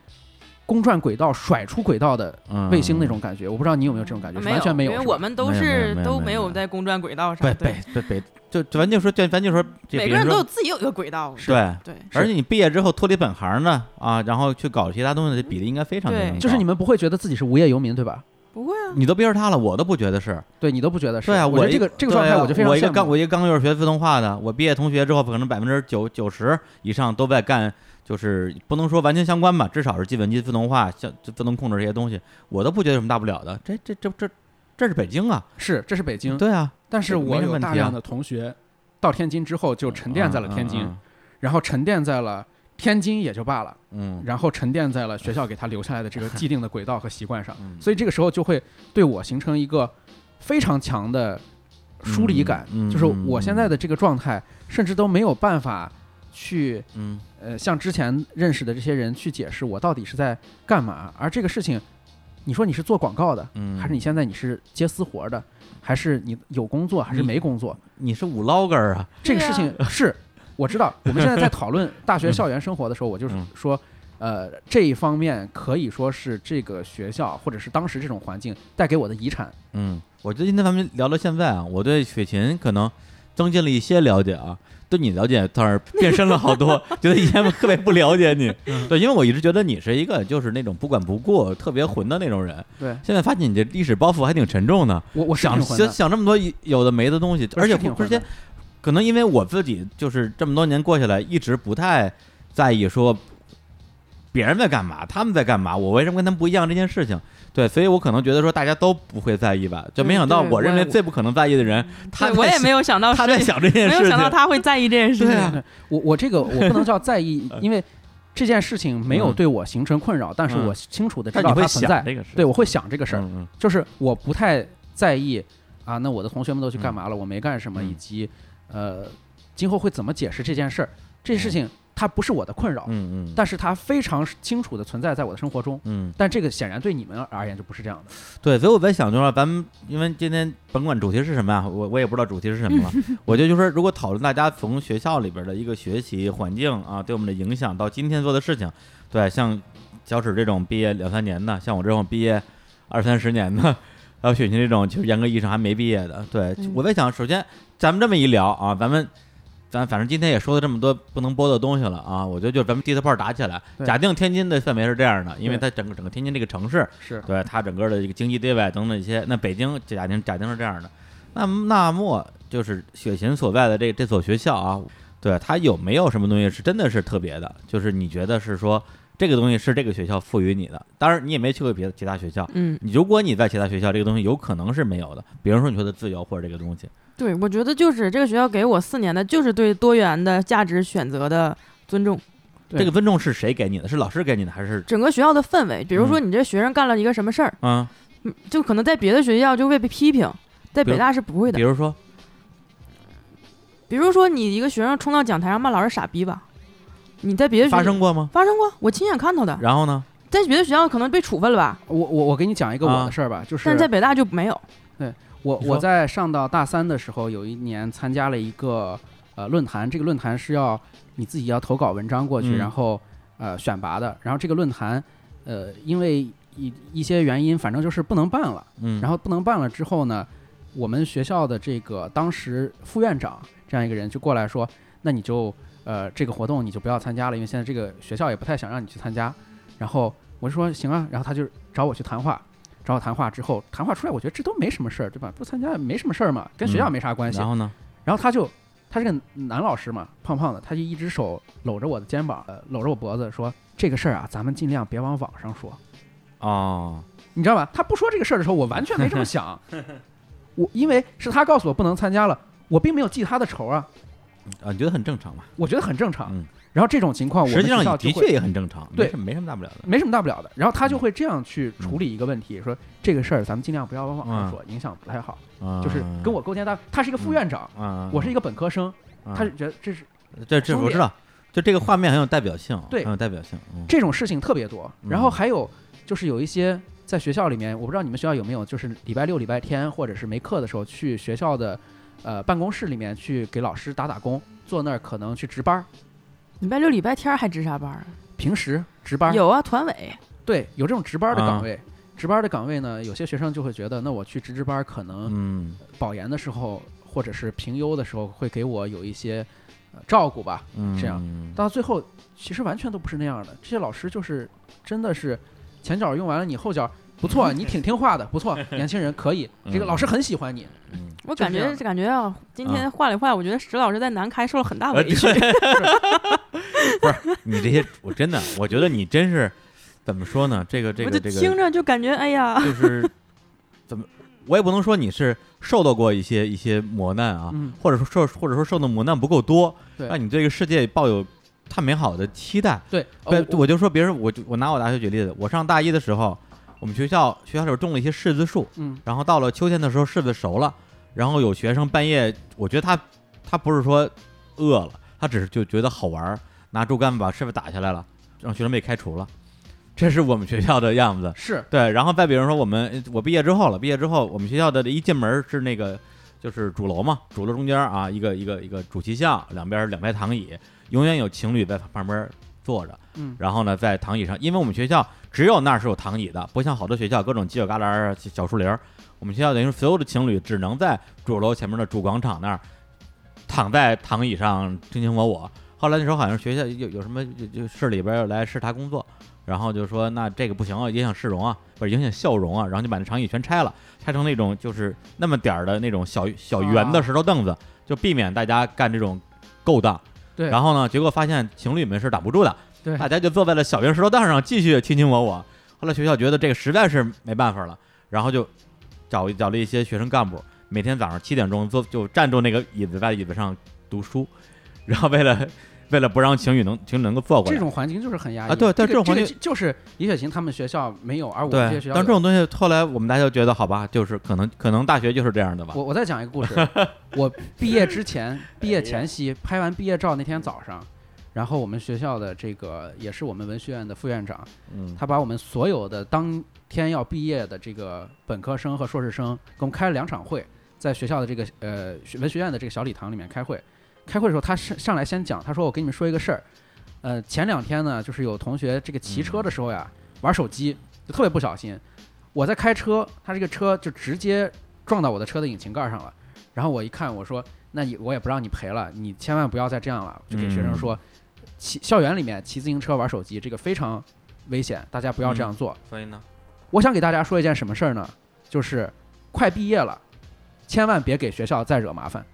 公转轨道甩出轨道的
嗯
卫星那种感觉。我不知道你有没有这种感觉，
没有
完全没有。
因为
是吧
我们都
没有没有
是
没有
都
没
没
有
有在公转轨道上
北，
对
北北北，就就咱就说，就咱就说，就
每
比
个
如
人
说
都有自己有一个轨道，
对。
对，
而且你毕业之后脱离本行呢，啊，然后去搞其他东西的比例应该非常的
对
高
就是你们不会觉得自己是无业游民，对吧？
不会啊，
你都别说他了，我都不觉得是。
对你都不觉得是？
对啊，
我觉得
一
这个这个状态
对啊
我就非常
我一个
羡
刚
慕。
我一个刚幼儿学自动化的，我毕业同学之后可能百分之九九十以上都在干，就是不能说完全相关吧，至少是计算机自动化、像自动控制这些东西，我都不觉得有什么大不了的。这这这这这是北京啊，
是，这是北京，
对啊，
但是
这没
我
什么
有
问
大
题啊
量的同学到天津之后就沉淀在了天津，
嗯
然后沉淀在了天津也就罢了，
嗯，嗯
然后沉淀在了学校给他留下来的这个 既定的轨道和习惯上，
嗯
所以这个时候就会对我形成一个非常强的疏离感，
嗯嗯
就是我现在的这个状态，甚至都没有办法去
嗯
呃向之前认识的这些人去解释我到底是在干嘛，而这个事情，你说你是做广告的，
嗯，
还是你现在你是接私活儿的，还是你有工作还是
你
没工作？
你是五 logger 啊，
这个
对
事
啊
情是我知道。我们现在在讨论大学校园生活的时候，我就是
嗯
说，呃，这一方面可以说是这个学校或者是当时这种环境带给我的遗产。
嗯，我觉得今天咱们聊到现在啊，我对雪琴可能增进了一些了解啊，对你了解倒是变深了好多，觉得以前特别不了解你，对，因为我一直觉得你是一个就是那种不管不顾、特别混的那种人，
对
现在发现你这历史包袱还挺沉重的，
我，我是
想
挺混的
想想这么多有的没的东西，
我
而且
是挺
不
混
之前
的
可能因为我自己就是这么多年过下来，一直不太在意说别人在干嘛，他们在干嘛，我为什么跟他们不一样这件事情。对，所以我可能觉得说大家都不会在意吧，就没想到
对
我认为
我也
最不可能在意的人，嗯他
嗯对我
在
也没有想到
他
是
在想这件
没
事
有
情，
想到他会在意这件事
对
情。
啊，
我我这个我不能叫在意 因为这件事情没有
嗯
对我形成困扰，但是
嗯
我清楚的知
但你
道
会
它存
想
在。
这个事，
对，我会想这个
这
事儿，
嗯
就是我不太在意啊，那我的同学们都去干嘛了，我没干什么，
嗯
以及呃，今后会怎么解释这件事儿，这事情它不是我的困扰，
嗯嗯。
但是它非常清楚的存在在我的生活中。
嗯，
但这个显然对你们而言就不是这样的，
对，所以我在想，就是说咱们因为今天甭管主题是什么呀，我我也不知道主题是什么 了。我觉得就是说，如果讨论大家从学校里边的一个学习环境啊，对我们的影响，到今天做的事情，对，像小史这种毕业两三年的，像我这种毕业二三十年的，还有雪琴这种就是严格意义上还没毕业的，对，
嗯
我在想，首先咱们这么一聊啊，咱们。咱反正今天也说了这么多不能播的东西了啊，我觉得就咱们地头炮打起来。
对
假定天津的氛围是这样的，因为它
对
整个整个天津这个城市，
是
对它整个的这个经济地位等等一些。那北京假定假定是这样的，那那么就是雪琴所在的这这所学校啊，对它有没有什么东西是真的是特别的？就是你觉得是说这个东西是这个学校赋予你的。当然，你也没去过别的其他学校，
嗯，
你如果你在其他学校，这个东西有可能是没有的。比如说你说的自由或者这个东西，
对，我觉得就是这个学校给我四年的，就是对多元的价值选择的尊重。
对
这个尊重是谁给你的？是老师给你的还是
整个学校的氛围，比如
嗯
说你这学生干了一个什么事儿，
啊？
嗯就可能在别的学校就会被批评，在
比如
北大是不会的
嗯比。如说，
比如说你一个学生冲到讲台上骂老师傻逼吧，你在别的学
发生过吗？
发生过，我亲眼看到的，
然后呢？
在别的学校可能被处分了吧，
我我我给你讲一个我
啊
的事儿吧，就是
但是在北大就没有。
我
你
我
说
在上到大三的时候，有一年参加了一个呃论坛，这个论坛是要你自己要投稿文章过去，
嗯
然后呃选拔的。然后这个论坛呃因为一一些原因，反正就是不能办了。
嗯，
然后不能办了之后呢，我们学校的这个当时副院长这样一个人就过来说，那你就呃这个活动你就不要参加了，因为现在这个学校也不太想让你去参加。然后我就说行啊，然后他就找我去谈话，找我谈话之后，谈话出来我觉得这都没什么事儿，对吧？不参加也没什么事儿嘛，跟学校
嗯
没啥关系。
然后呢？
然后他就他是个男老师嘛，胖胖的，他就一只手搂着我的肩膀，呃搂着我脖子说这个事儿啊，咱们尽量别往网上说。
哦，
你知道吧？他不说这个事儿的时候，我完全没这 么想。我因为是他告诉我不能参加了，我并没有记他的仇啊，
啊，你觉得很正常嘛？
我觉得很正常。
嗯
然后这种情况，我
实
们
际
学
上的
校就会
确也很正常，没
对
什么没什么大不了的。
没什么大不了的。然后他就会这样去处理一个问
嗯
题，说这个事儿咱们尽量不要往网上说，影响不太好。就是
嗯
跟我构建搭，他是一个副院长，
啊，
我是一
个，
个本科生，
嗯
他就觉得这是
这这
兄弟
我知道，就这个画面很有代表性，啊
对
很有代表性。嗯
这种事情特别多。
嗯
然后还有就是有一些在学校里面，我不知道你们学校有没有，就是礼拜六、礼拜天或者是没课的时候，去学校的呃办公室里面去给老师打打工，坐那儿可能去值班儿，
礼拜六、礼拜天还值啥班啊？
平时值班儿
有啊，团委。
对有这种值班儿的
啊
岗位。值班儿的岗位呢，有些学生就会觉得，那我去值值班儿，可能
嗯
保研的时候或者是评优的时候，会给我有一些、呃照顾吧。
嗯，
这样到最后其实完全都不是那样的。这些老师就是真的是前脚用完了你后脚不错，你挺听话的，不错，年轻人可以，这个老师很喜欢你。
嗯，
我
就
感
这样
觉感觉啊，今天话里话，我觉得石老师在南开受了很大
呃
委屈。
对不是你这些，我真的，我觉得你真是怎么说呢？这个 这
我
个
就
这
听
个，
着就感觉，哎呀，
就是怎么，我也不能说你是受到过一些一些磨难啊，
嗯，
或者说受或者说受的磨难不够多，
对
让你对这个世界抱有太美好的期待。
对，
对
呃，我
我就说别人，我就我拿我大学举例子，我上大一的时候，我们学校学校里边种了一些柿子树，
嗯
然后到了秋天的时候，柿子熟了，然后有学生半夜，我觉得他他不是说饿了，他只是就觉得好玩儿，拿竹竿把柿子打下来了，让学生被开除了，这是我们学校的样子。
是
对，然后再比如说我们呃我毕业之后了，毕业之后我们学校的一进门是那个就是主楼嘛，主楼中间啊一个一个一个主席像，两边两排躺椅，永远有情侣在旁边坐着，
嗯
然后呢在躺椅上，因为我们学校只有那儿是有躺椅的，不像好多学校各种犄角旮旯儿啊小树林儿，我们学校等于是所有的情侣只能在主楼前面的主广场那儿躺在躺椅上卿卿我我。后来那时候好像学校有有什么就就市里边儿来视察工作，然后就说那这个不行啊，影响市容啊，不是影响笑容啊，然后就把那长椅全拆了，拆成那种就是那么点儿的那种小小圆
啊
的石头凳子，就避免大家干这种勾当。
对
然后呢，结果发现情侣们是挡不住的，
对
大家就坐在了小圆石头凳上继续卿卿我我。后来学校觉得这个实在是没办法了，然后就找找了一些学生干部，每天早上七点钟坐就站住那个椅子，在椅子上读书， 然后为了为了不让情侣能情侣能够坐过
这
来。
种环境就是很压抑
啊对但
这
这种环
境
境
就是李雪琴他们学校没有，而我们
对
这些学，校
但这
有
种东西后来我们大家就觉得好吧，就是可能可能大学就是这样的吧。
我我再讲一个故事，我毕业之前，毕业前夕拍完毕业照那天早上，然后我们学校的这个也是我们文学院的副院长，
嗯
他把我们所有的当天要毕业的这个本科生和硕士生，给我们开了两场会，在学校的这个呃学文学院的这个小礼堂里面开会。开会的时候，他上上来先讲，他说：“我跟你们说一个事儿，呃，前两天呢，就是有同学这个骑车的时候呀，玩手机就特别不小心，我在开车，他这个车就直接撞到我的车的引擎盖上了。然后我一看，我说：那也我也不让你赔了，你千万不要再这样了。就给学生说，骑校园里面骑自行车玩手机这个非常危险，大家不要这样做。
所以呢，
我想给大家说一件什么事儿呢？就是快毕业了，千万别
啊
给学校再惹麻烦。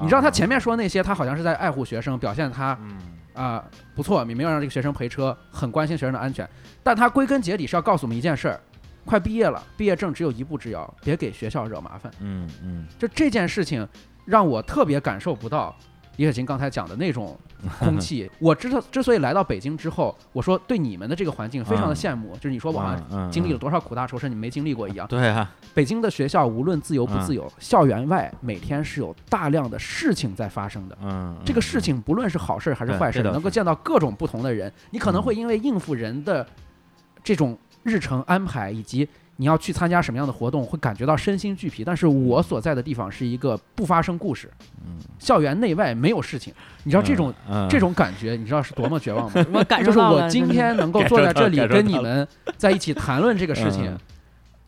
你知道他前面说那些，他好像是在爱护学生，表现他
嗯
啊、不错，你没有让这个学生陪车，很关心学生的安全。但他归根结底是要告诉我们一件事儿：快毕业了，毕业证只有一步之遥，别给学校惹麻烦。
嗯嗯，
就这件事情，让我特别感受不到李雪琴刚才讲的 那种空气。我之之所以来到北京之后，我说对你们的这个环境
嗯
非常的羡慕，就是你说我好像
像
经历了多少苦大仇深，你没经历过一样。
嗯对啊，
北京的学校无论自由不
嗯
自由，校园外每天是有大量的事情在发生的。
嗯，
这个事情不论是好事儿还是
对
坏
这
事儿，
倒
能够
是嗯
见到各种不同的人，你可能会因为应付人的这种日程安排以及。你要去参加什么样的活动，会感觉到身心俱疲。但是我所在的地方是一个不发生故事，
嗯
校园内外没有事情。你
你
知道这种、
嗯
这种感觉，你知道是多么绝望 吗？
我感
就
受
是
到了。
我今天能够
感受
坐在
到
这里
感受
跟
到
你
了
们在一起谈论这个事情
嗯，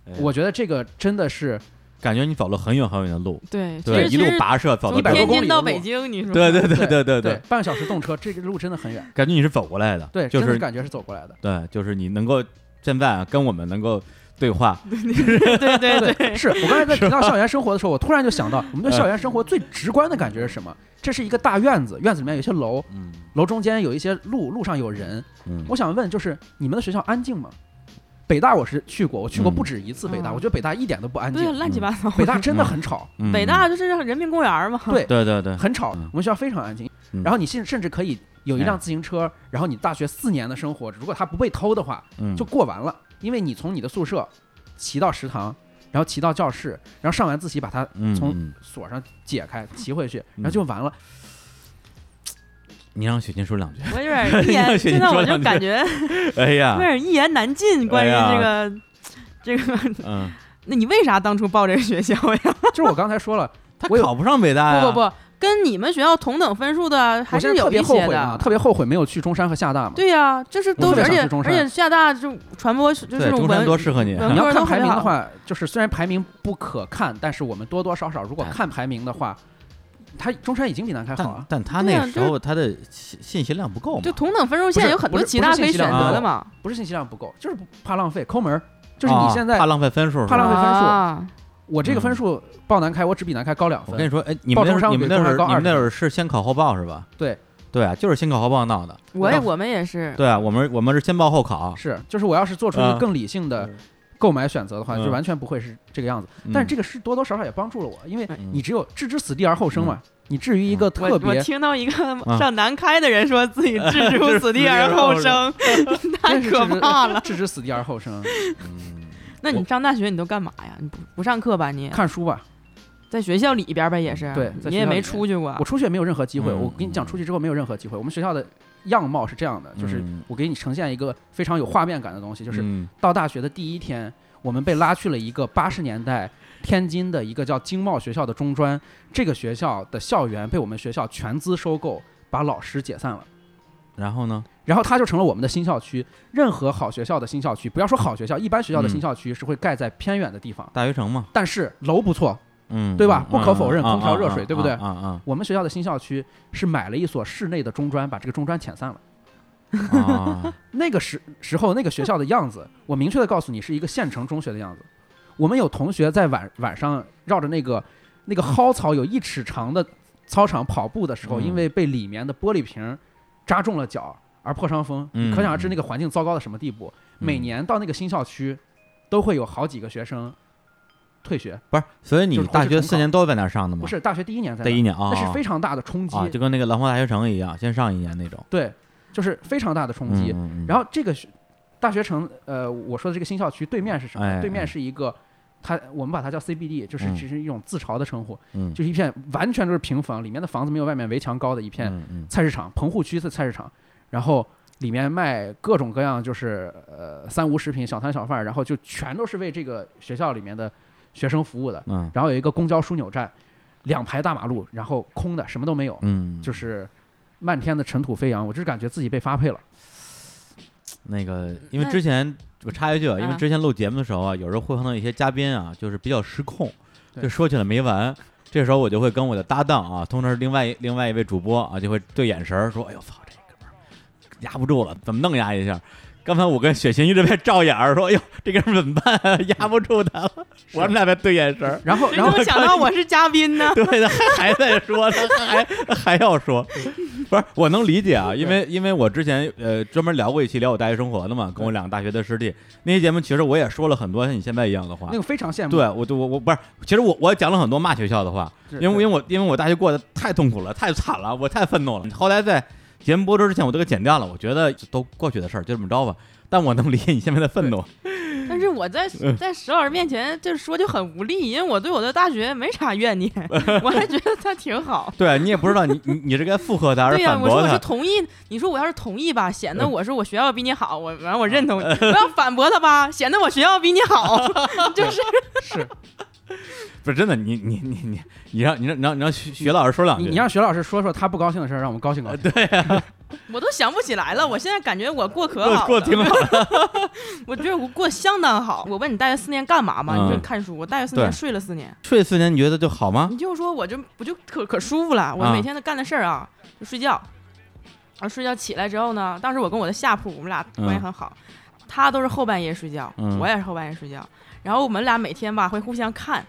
哎
我觉得这个真的是
感觉你走了很远很远的路，
真的对，
对，
其实
一路
其实
跋涉走到
从
这
100多
儿
天
公里
津到
的
北
路
京，你说
对对对对对
对，半个小时动车，这个路真的很远。
感觉你是走过来的，
对，
就
真的
是
感觉是走过来的。
对，就是你能够现在啊跟我们能够对话，
对对对对，
是我刚才在提到校园生活的时候，我突然就想到，我
嗯
们对校园生活最直观的感觉是什么？这是一个大院子，院子里面有一些楼，
嗯
楼中间有一些路，路上有人。
嗯，
我想问，就是你们的学校安静吗？北大我是去过，我去过
嗯
不止一次北大，
嗯
我觉得北大一点都不 安
对
静，
乱七八糟。
北大真的很吵，
嗯
北大就是人民公园嘛，
对
对对对，
很吵，
嗯
我们学校非常安静
嗯。哎
然后你甚甚至可以有一辆自行车，然后你大学四年的生活，如果它不被偷的话，
嗯
就过完了，因为你从你的宿舍骑到食堂，然后骑到教室，然后上完自习把它
嗯
从
嗯
锁上解开，骑回去，
嗯
然后就 完了。
你让雪琴说两句，
我有 点一言，
雪
现
你
在
说
我就
两句
感觉
哎呀
啊
有，点一言难尽，关于
哎呀
这个这个，
嗯，
那你为啥当初报这个学校呀？
就是我刚才说了，
他
我有
考不上北大呀，
不不不，跟你们学校同等分数的还
哎我现
是
在特
有
别
一
后
些
悔啊，
的。
特别后悔没有去中山和厦大嘛。
对呀、这是都
我特
是，而
别
且
想去中
而且
山
厦大就传播就
对，
是
中山
文
多适合你，啊
文
你要
科
看
都
排
很
名的
好。
话，就是虽然排名不可看，但是我们多多少少如果看排名的话，
嗯
它中山已经比南开好
但但
啊。
他
对
那
啊
个时
就是
候他的信信息量不够嘛，
就同等分数线有很
不
多
是
其
不
他可
是啊
以
信息
选
量
择
不
的
够
嘛，
不是信息量不够，就是不怕浪费抠门儿。就是你现在
啊怕浪费分数是吧，
怕浪费分数
啊
我这个分
嗯
数报南开，我只比南开高两
我跟你
分。
说，哎，你
报
们那会
中
儿
山
你
比
们那
中
会
山高
儿你们那
20
会儿是先考后报是吧？
对
对啊，就是先考后报闹的。
我也
那
我们也是，
对啊，我们我们是先报后考，
是，就是我要是做出一个
嗯
更理性的购买选择的话，
嗯
就完全不会是这个样子。但是这个是多多少少也帮助了我，因为
嗯
你只有置之死地而后生嘛，你至于一个
我
特
我
别，
听到一个
啊
上南开的人说自己置
置
之死地
之
而
而
后
后
生， 太
真是置
可
之
怕了。
置之死地而后生。
嗯
那你上大学你都干嘛呀？你不不上课吧？你
看书吧，
在学校里边呗，也是，
对在
你也
学校
没
里面
出去过
我。出去也没有任何机会。
嗯
我跟你讲，出去之后没有任何机会。我们学校的样貌是这样的，就是
嗯
我给你呈现一个非常有画面感的东西，就是
嗯
到大学的第一天，我们被拉去了一个八十年代天津的一个叫经贸学校的中专，这个学校的校园被我们学校全资收购，把老师解散了。
然后呢？
然后它就成了我们的新校区。任何好学校的新校区，不要说好学校，一般学
嗯
校的新校区是会盖在偏远的地方，
大学城嘛，
但是楼不错。
嗯，
对吧
嗯
不可否认
嗯
空调
嗯
热水
嗯
对不对
嗯嗯
我们学校的新校区是买了一所室内的中专，把这个中专遣散了。
嗯啊
那个时时候那个学校的样子，我明确的告诉你，是一个县城中学的样子。我们有同学在晚晚上绕着那个那个蒿草有一尺长的操场跑步的时候，
嗯
因为被里面的玻璃瓶扎中了脚而破伤风。
嗯
你可想而知那个环境糟糕到什么地步。每年到那个新校区，都会有好几个学生退学，
不是，所以
就
你
是
大
同
学
时
四年都在那儿上的吗？
不，是大学第一年在那
嗯第一年啊，
那是
啊
非常大的冲击。
啊，就跟那个兰花大学城一样，先上一年那种
对，就是非常大的冲击。
嗯、
然
后
后这个学大学城，呃，我说的这个新校区对面是什么？
哎
对面
哎
是一个，它我们把它叫 CBD，就是
嗯
其实一种自嘲的称呼，
嗯，
就是一片完全都是平房，里面的房子没有外面围墙高的一片
嗯嗯
菜市场，棚户区的菜市场，然后。里面卖各种各样，就是呃三无食品、小摊小贩儿，然后就全都是为这个学校里面的学生服务的。
嗯
然后有一个公交枢纽站，两排大马路，然后空的，什么都没有，
嗯，
就是漫天的尘土飞扬。我就是感觉自己被发配了。
那个，因为
嗯那
之前我插一句啊，因为
啊
之前录节目的时候啊，有时候会碰到一些嘉宾啊，就是比较失控，
对
就说起来没完。这时候我就会跟我的搭档啊，通常是另外一另外一位主播啊，就会对眼神儿说：“哎呦，操，这哥们儿压不住了，怎么弄压一下？”刚才我跟雪琴一直在照眼儿，说：“哎呦，这哥们儿怎么办、 啊？压不住他了。”我们俩在对眼神儿，
然后，
谁
然 后
能想到我是嘉宾呢？
对，他还在说，他还他还要说，不是，我能理解啊，因为因为我之前呃专门聊过一期聊我大学生活的嘛，跟我两个大学的师弟那期节目，其实我也说了很多像你现在一样的话
那。个非常羡慕。
对，我就我我不是，其实我我讲了很多骂学校的话，
是，
因为因为
为
我因为我大学过得太痛苦了，太惨了，我太愤怒了。后来在节目播出之前，我都给剪掉了。我觉得都过去的事儿，就这么着吧。但我能理解你现在的愤怒，
但是我在
嗯
在石老师面前就是说就很无力，因为我对我的大学没啥怨 念，我还觉得他挺好。
对你也不知道你你你是该附和他还
对
是
呀、
反
我说
驳
我
他嗯
是。同意，你说我要是同意吧，显得我是我学校比你好，我完
啊
我认 同你；我要反驳他吧，显得我学校比你好，就是
是
不是真的，你你你你你让你让你让你让徐徐老师说两句，
你你让徐老师说说他不高兴的事儿，让我们高兴 高兴。
我都想不起来了。我现在感觉我过可
过
好
过
了，
挺好的，
我觉得我过得相当好。我问你大学四年干嘛嘛？你就
嗯
看书。我大学四年
对
睡了四年，
睡四年你觉得就好吗？
你就说我就不就可可舒服了。我
啊
每天都干的事儿啊，就睡觉。然后睡觉起来之后呢，当时我跟我的下铺，我们俩关系
嗯
很好，他都是后半夜睡觉，
嗯
我也是后半夜睡觉。然后我们俩每天吧会互相看，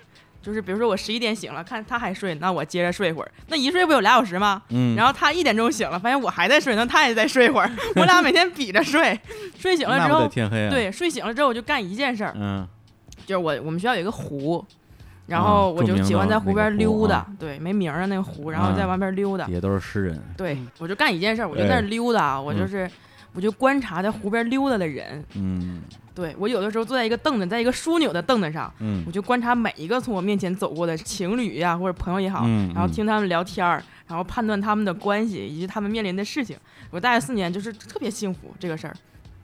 就是比如说我十一点醒了，看他还睡，那我接着睡一会儿，那一睡不有俩小时吗？
嗯，
然后他一点钟醒了，发现我还在睡，那他也再睡一会儿， 我俩每天比着睡，睡醒了
那
之
不得
后，
天黑啊？，
对，睡醒了之后我就干一件事儿，
嗯
就是我我们学校有一个湖，然
啊
后我
著
就
名
喜
的
欢在湖
那个
边
湖
溜达，
啊
对，没名儿的那个湖，然后在
啊
外边溜达，
也都是诗人，
对
嗯
我就干一件事儿，我就在那儿
对
溜达，我就
哎嗯
是。我就观察在湖边溜达的人，
嗯
对我有的时候坐在一个凳子，在一个枢纽的凳子上，
嗯
我就观察每一个从我面前走过的情侣呀、或者朋友也好，
嗯
然后
嗯
听他们聊天儿，然后判断他们的关系以及他们面临的事情。我大学四年就是特别幸福这个事儿，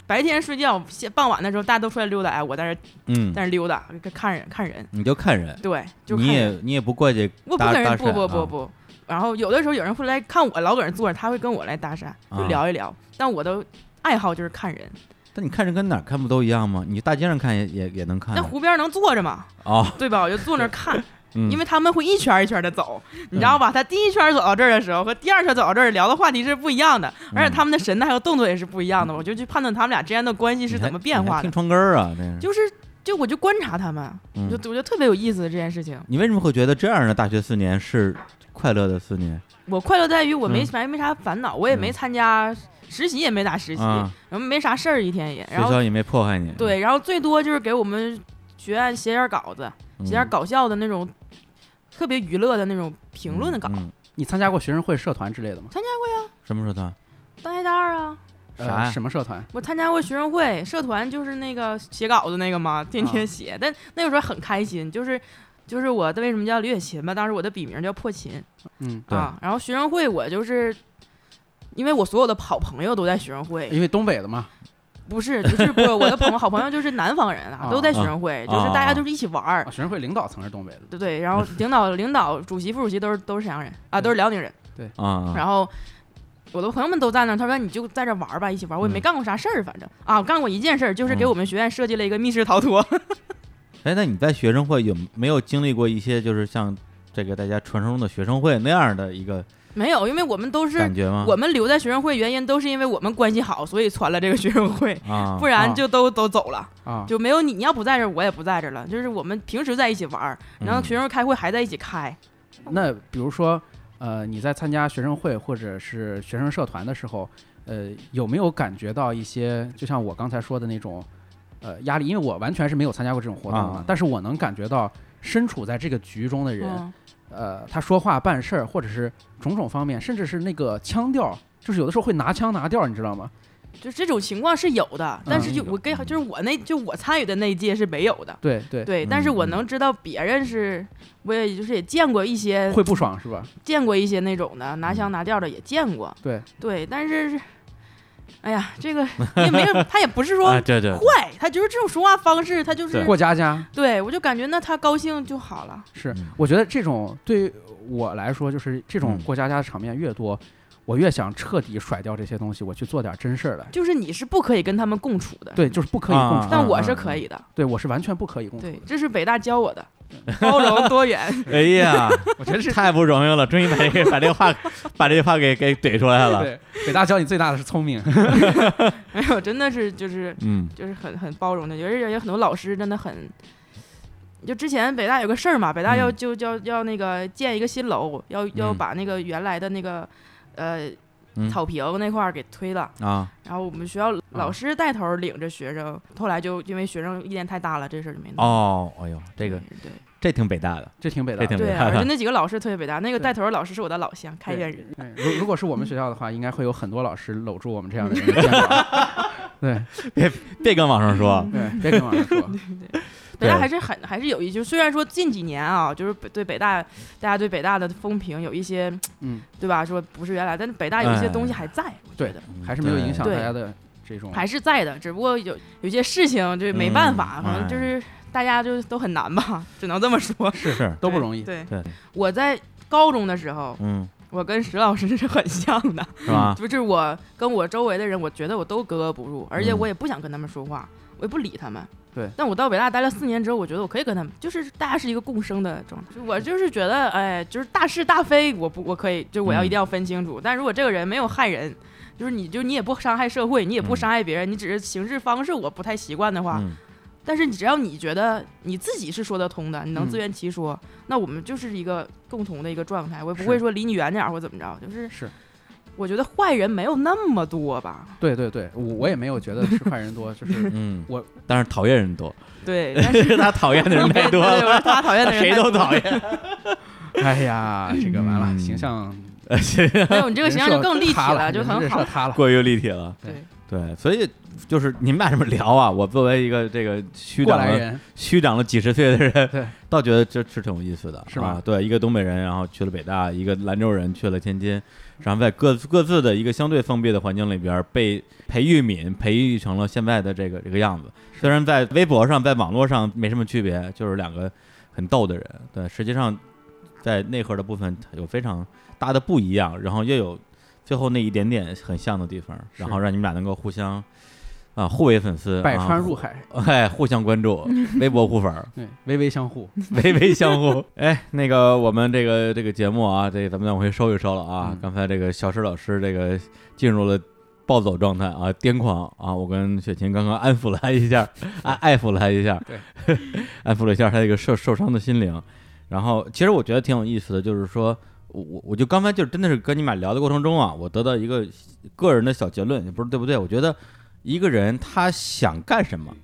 白天睡觉，下傍晚的时候大家都出来溜达，哎，我在那儿在
嗯，
那儿溜达，看人看人，
你就看人，
对，就看
你也
人
你也不怪这
我不
搭
跟
搭
人
讪
不不
啊
不不。然后有的时候有人会来看我，老搁那坐着，他会跟我来搭讪，就
啊
聊一聊。但我的爱好就是看人，
但你看人跟哪儿看不都一样吗？你大街上看也也也能看
那
啊
湖边能坐着吗？
哦，嗯
对吧？我就坐那儿看，
因
因为他们会一圈儿一圈的走，
嗯
你知道吧？他第一圈儿走到这儿的时候和第二圈儿走到这儿聊的话题是不一样的，
嗯
而且他们的神态还有动作也是不一样的。我就去判断他们俩之间的关系是怎么变化的
听，窗根儿啊，这是
就是就我就观察他们，
嗯
我就我觉得特别有意思这件事情。
你为什么会觉得这样的大学四年是快乐的四年？
我快乐在于我没
嗯
没没啥烦恼，我也没
嗯
参加实习，也没咋实习，
啊
然后没啥事儿一天也，
学
然后
校也没迫害你，
对，然后最多就是给我们学院写点稿子，
嗯，
写点搞笑的那种。特别娱乐的那种评论的稿，
嗯嗯
你参加过学生会社团之类的吗？
什么社团？
大一、大二啊，
啥
呃
呀
什么社团？
我参加过学生会社团，就是那个写稿子那个嘛，天
啊
天写。但那个时候很开心，就是就是我的为什么叫李雪琴吧？当时我的笔名叫破琴
嗯，
对
啊。然后学生会我就是，因为我所有的好朋友都在学生会，
哎
因为东北的嘛，
不是就是不我的朋友好朋友就是南方人 啊，
啊
都在学生会，就是大家就是一起玩儿
哎
啊，，学生会领导层是东北的。
对对。然后领导领导主席副主席都是都是沈阳人啊，都是辽宁人。
啊，
然后我的朋友们都在那儿，他说你就在这玩儿吧，一起玩儿。我也没
嗯
干过啥事儿，反正啊，我干过一件事儿，就是给
嗯
我们学院设计了一个密室逃脱。
哎，那你在学生会有没有经历过一些就是像这个大家传说中的学生会那样的一个
没有，因为我们都是
感觉吗？
我们留在学生会，原因都是因为我们关系好，所以传了这个学生会，
啊，
不然
啊
就都都走了，
啊，
就没有你。你要不在这儿，我也不在这儿了。就是我们平时在一起玩儿，然后
嗯
学生会开会还在一起开。
那比如说，呃，你在参加学生会或者是学生社团的时候，呃，有没有感觉到一些，就像我刚才说的那种，呃，压力？因为我完全是没有参加过这种活动
啊
但是我能感觉到身处在这个局中的人，
嗯，
呃，他说话办事儿，或者是种种方面，甚至是那个腔调，就是有的时候会拿腔拿调，你知道吗？
就这种情况是有的，但是就
嗯
我跟就是我那就我参与的那一届是没有的。
对对，
对，
嗯
但是我
嗯
能知道别人是，我也就是也见过一些
会不爽是吧？
见过一些那种的拿腔拿调的也见过，
对
对，但是，哎呀，这个也没有，他也不 是说
哎
啊，对对，
坏，他就是这种说话方式，他就是
对
过家家
对我就感觉那他高兴就好了。
是
嗯，
我觉得这种对于我来说，就是这种
嗯
过家家的场面越多，我越想彻底甩掉这些东西，我去做点真事儿来。
就是你是不可以跟他们共处的，
对，嗯就是不可以共
啊
处，
但我是可以的，
对我是完全不可以共处。
对，这是北大教我的，包容多元。
哎呀，
我觉得是
太不容易了，终于把这个把这个话把这个话给给怼出来了，
对北大教你最大的是聪明，
没有，真的是就是
嗯
就是很很包容的，有人有很多老师真的很。就之前北大有个事儿嘛，北大要
嗯
就要要那个建一个新楼，要要
嗯
把那个原来的那个，呃，
嗯
草坪那块儿给推了。
啊，
然后我们学校老师带头领着学生，后来就因为学生意见太大了，这事儿就没弄。
哦，哎呦，这个
对
这挺北大的，
这嗯挺北
这
大啊
挺
的。
北
对，
大
而且
的，
那几个老师特别伟大，那个
对
带头的老师是我的老乡，开原人。
对如如果是我们学校的话，应该会有很多老师搂住我们这样的人的肩膀。 对
别跟网上说，
对，别跟网上 说。
北
对
大还是很还是有一就虽然说近几年啊，就是北对北大大家对北大的风评有一些，
嗯，哎
对吧？说不是原来，但是北大有一些东西还在，我觉
对嗯
得，
还是没有影
嗯
响
对
大家的这种。
还是在的，只不过有有些事情就没办法，
嗯
反正
哎
就是大家就都很难吧，只能这么说。
是是，
都不容易。
对，
对，
我在高中的时候，
嗯，
我跟石老师是很像的，
是吧？
就是我跟我周围的人，我觉得我都格格不入，而且
嗯
我也不想跟他们说话，我也不理他们。
对
但我到北大待了四年之后，我觉得我可以跟他们，就是大家是一个共生的状态。就我就是觉得，哎，就是大是大非，我不我可以，就我要
嗯
一定要分清楚。但如果这个人没有害人，就是你就你也不伤害社会，你也不
嗯
伤害别人，你只是行事方式我不太习惯的话，
嗯
但是你只要你觉得你自己是说得通的，你能自
嗯
圆其说，那我们就是一个共同的一个状态。我也不
是
会说离你远点儿或怎么着，就是
是
我觉得坏人没有那么多吧。
对对对，我我也没有觉得是坏人 多，就是
嗯，
我，
但是讨厌人多，
对，但是
他讨厌的人太 多
对，我
了，
说他讨厌的人
谁
太
都
多了
讨。厌，
哎呀，这个完了，
嗯
形象
没有，你这个
人
形象就
设
更立体
塌
了，
了，
就
人
很
人设
好。
塌了。
过于立体了。
对，
对，所以就是你们俩这么聊啊，我作为一个这个虚
过
长
来
了
人，
虚长了几十岁的人，
对，
倒觉得这是挺有意思的，
是吧
啊对，一个东北人，然后去了北大，一个兰州人去了天津，然后在各各自的一个相对封闭的环境里边，被培育敏培育成了现在的这个这个样子。虽然在微博上、在网络上没什么区别，就是两个很逗的人，对，实际上在内核的部分有非常大的不一样，然后又有最后那一点点很像的地方，
是
然后让你们俩能够互相。啊，互为粉丝，
百川
啊
入海，
哎，互相关 注，微博互粉儿，
对，微微相互。
微微相互。哎，那个我们这个这个节目啊，这咱们再往回收一收了啊。
嗯
刚才这个小石老师这个进入了暴走状态啊，癫狂啊。我跟雪琴刚刚安抚了他一 下，安爱抚了他一下，
对，
安抚了一下他这个受受伤的心灵。然后其实我觉得挺有意思的，就是说。我我我就刚才就是真的是跟你们俩聊的过程中啊，我得到一个个人的小结论，也不是对不对？我觉得一个人他想干什么，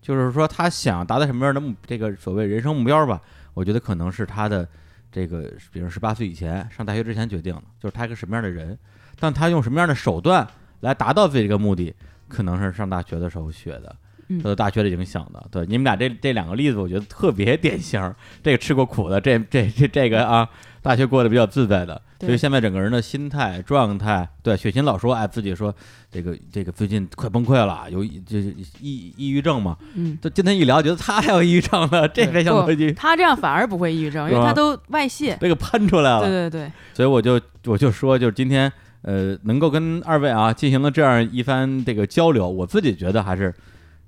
就是说他想达到什么样的目，这个所谓人生目标吧，我觉得可能是他的这个，比如十八岁以前上大学之前决定的，就是他是个什么样的人，但他用什么样的手段来达到自己这个目的，可能是上大学的时候学的。
嗯
受到大学的影响的，对你们俩这这两个例子，我觉得特别典型儿。这个吃过苦的，这这这这个啊，大学过得比较自在的，所以
对
现在整个人的心态状态，对雪琴老说，哎，自己说这个这个最近快崩溃了，有抑这抑抑郁症嘛，
嗯，
就今天一聊，觉得他还有抑郁症呢，这
对
没想到
不
就
他这样反而不会抑郁症，因
是
为
吧啊
他都外泄。
这个喷出来了。
对对对，
所以我就我就说，就是今天呃，能够跟二位啊进行了这样一番这个交流，我自己觉得还是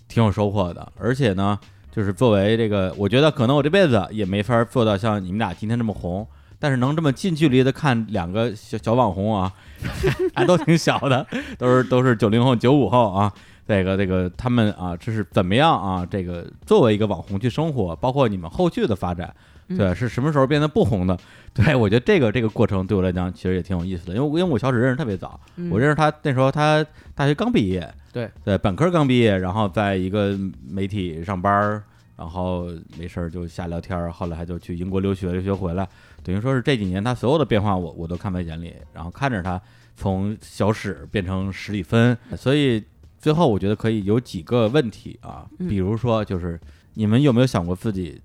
挺有收获的。而且呢，就是作为这个，我觉得可能我这辈子也没法做到像你们俩今天这么红，但是能这么近距离的看两个小小网红啊， 还都挺小的，都是都是九零后、九五后啊。这个这个，他们啊，这是怎么样啊？这个作为一个网红去生活，包括你们后续的发展，
嗯
对，是什么时候变得不红的？ 对，我觉得这个这个过程对我来讲其实也挺有意思的，因为我因为我小史认识特别早，
嗯
我认识他那时候他大学刚毕业，
对
对，本科刚毕业，然后在一个媒体上班儿，然后没事儿就瞎聊天儿，后来他就去英国留学，留学回来，等于说是这几年他所有的变化我我都看在眼里，然后看着他从小史变成史蒂芬，所以最后我觉得可以有几个问题啊，
嗯
比如说就是你们有没有想过自己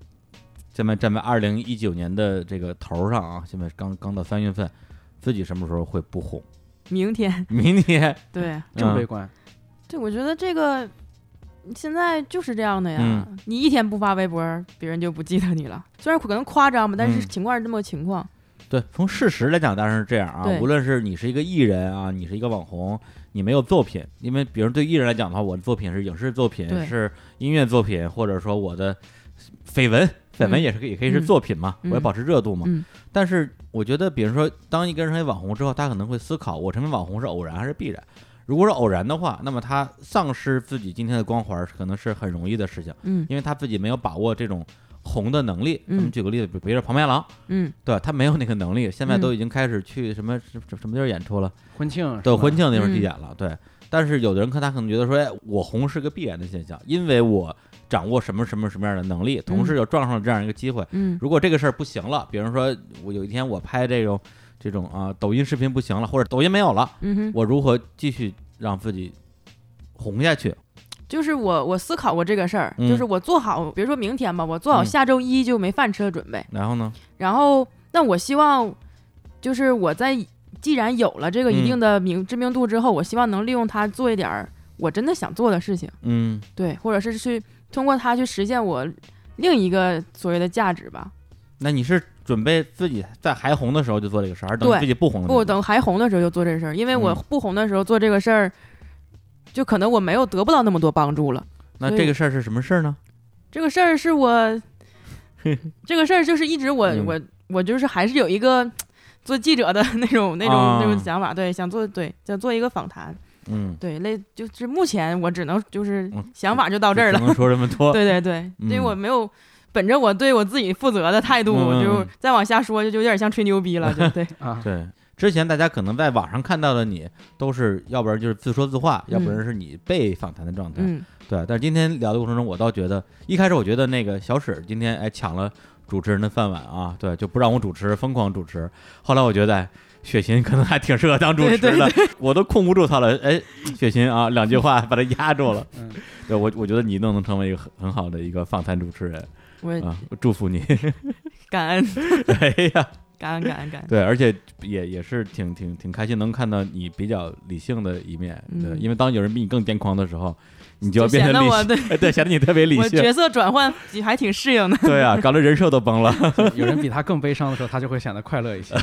现在站在二零一九年的这个头儿上啊，现在刚刚到三月份，自己什么时候会不红？
明天
明天
对
正悲观，
对，我觉得这个现在就是这样的呀。
嗯
你一天不发微博，别人就不记得你了。虽然可能夸张吧，但是
嗯
情况是这么个情况。
对，从事实来讲，当然是这样啊。
对
无论是你是一个艺人啊，你是一个网红，你没有作品，因为比如对艺人来讲的话，我的作品是影视作品，
对
是音乐作品，或者说我的绯闻，绯闻也是可以、也可以是
嗯
作品嘛，我要
嗯
保持热度嘛。
嗯
但是我觉得，比如说，当一个人成为网红之后，他可能会思考，我成为网红是偶然还是必然？如果是偶然的话，那么他丧失自己今天的光环，可能是很容易的事情。
嗯
因为他自己没有把握这种红的能力。咱
嗯
们举个例子，比比如说庞麦郎，
嗯
对吧他没有那个能力，现在
嗯
都已经开始去什么什么什么地儿演出了，
婚庆是
对
吧
婚庆那会儿去
嗯
演了，对。但是有的人看他可能觉得说，哎，我红是个必然的现象，因为我掌握什么什么什么样的能力，同时又撞上了这样一个机会。
嗯
如果这个事儿不行了，比如说我有一天我拍这种这种啊抖音视频不行了，或者抖音没有了，
嗯哼，
我如何继续让自己红下去？
就是我我思考过这个事儿，
嗯
就是我做好，比如说明天吧，我做好
嗯
下周一就没饭吃的准备。
然后呢？
然后，那我希望就是我在既然有了这个一
嗯
定的名知名度之后，我希望能利用它做一点儿我真的想做的事情，
嗯
对，或者是去通过它去实现我另一个所谓的价值吧。，
那你是准备自己在还红的时候就做这个事儿，还是等
对
自己不红的时候？
不等还红的时候就做这事儿，因为我
嗯
不红的时候做这个事儿，就可能我没有得不到那么多帮助了。
那这个事儿是什么事儿呢？
这个事儿 是我，这个事儿就是一直我、
嗯
我我就是还是有一个做记者的那种那种、那
啊
种想法，对，想做对想做一个访谈，
嗯，
对，类就是目前我只能就是
嗯
想法就到这儿了
只，能说这么多。
对对对，
嗯
因为我没有。本着我对我自己负责的态度，
嗯
我
嗯
就
嗯
再往下说，就就有点像吹牛逼 了，就对，
啊，
对之前大家可能在网上看到的你，都是要不然就是自说自话，
嗯
要不然是你被访谈的状态。
嗯
对，但是今天聊的过程中，我倒觉得一开始我觉得那个小史今天哎抢了主持人的饭碗啊，对，就不让我主持，疯狂主持。后来我觉得。哎雪琴可能还挺适合当主持的，
对
我都控不住她了。哎，雪琴 啊，两句话把她压住了。
嗯
对我，我觉得你都能成为一个很很好的一个访谈主持人
我
啊，我
嗯
祝福你。
感恩
哎呀，
感恩感恩感恩，
对，而且也也是挺挺挺开心，能看到你比较理性的一面。对，
嗯
因为当有人比你更癫狂的时候，你就要
就
变
显
得
得
理
我
性，哎对，显得你特别理
我
性。
角色转换还挺适应的，
对啊，搞得人设都崩了。
有人比他更悲伤的时候，他就会显得快乐 一些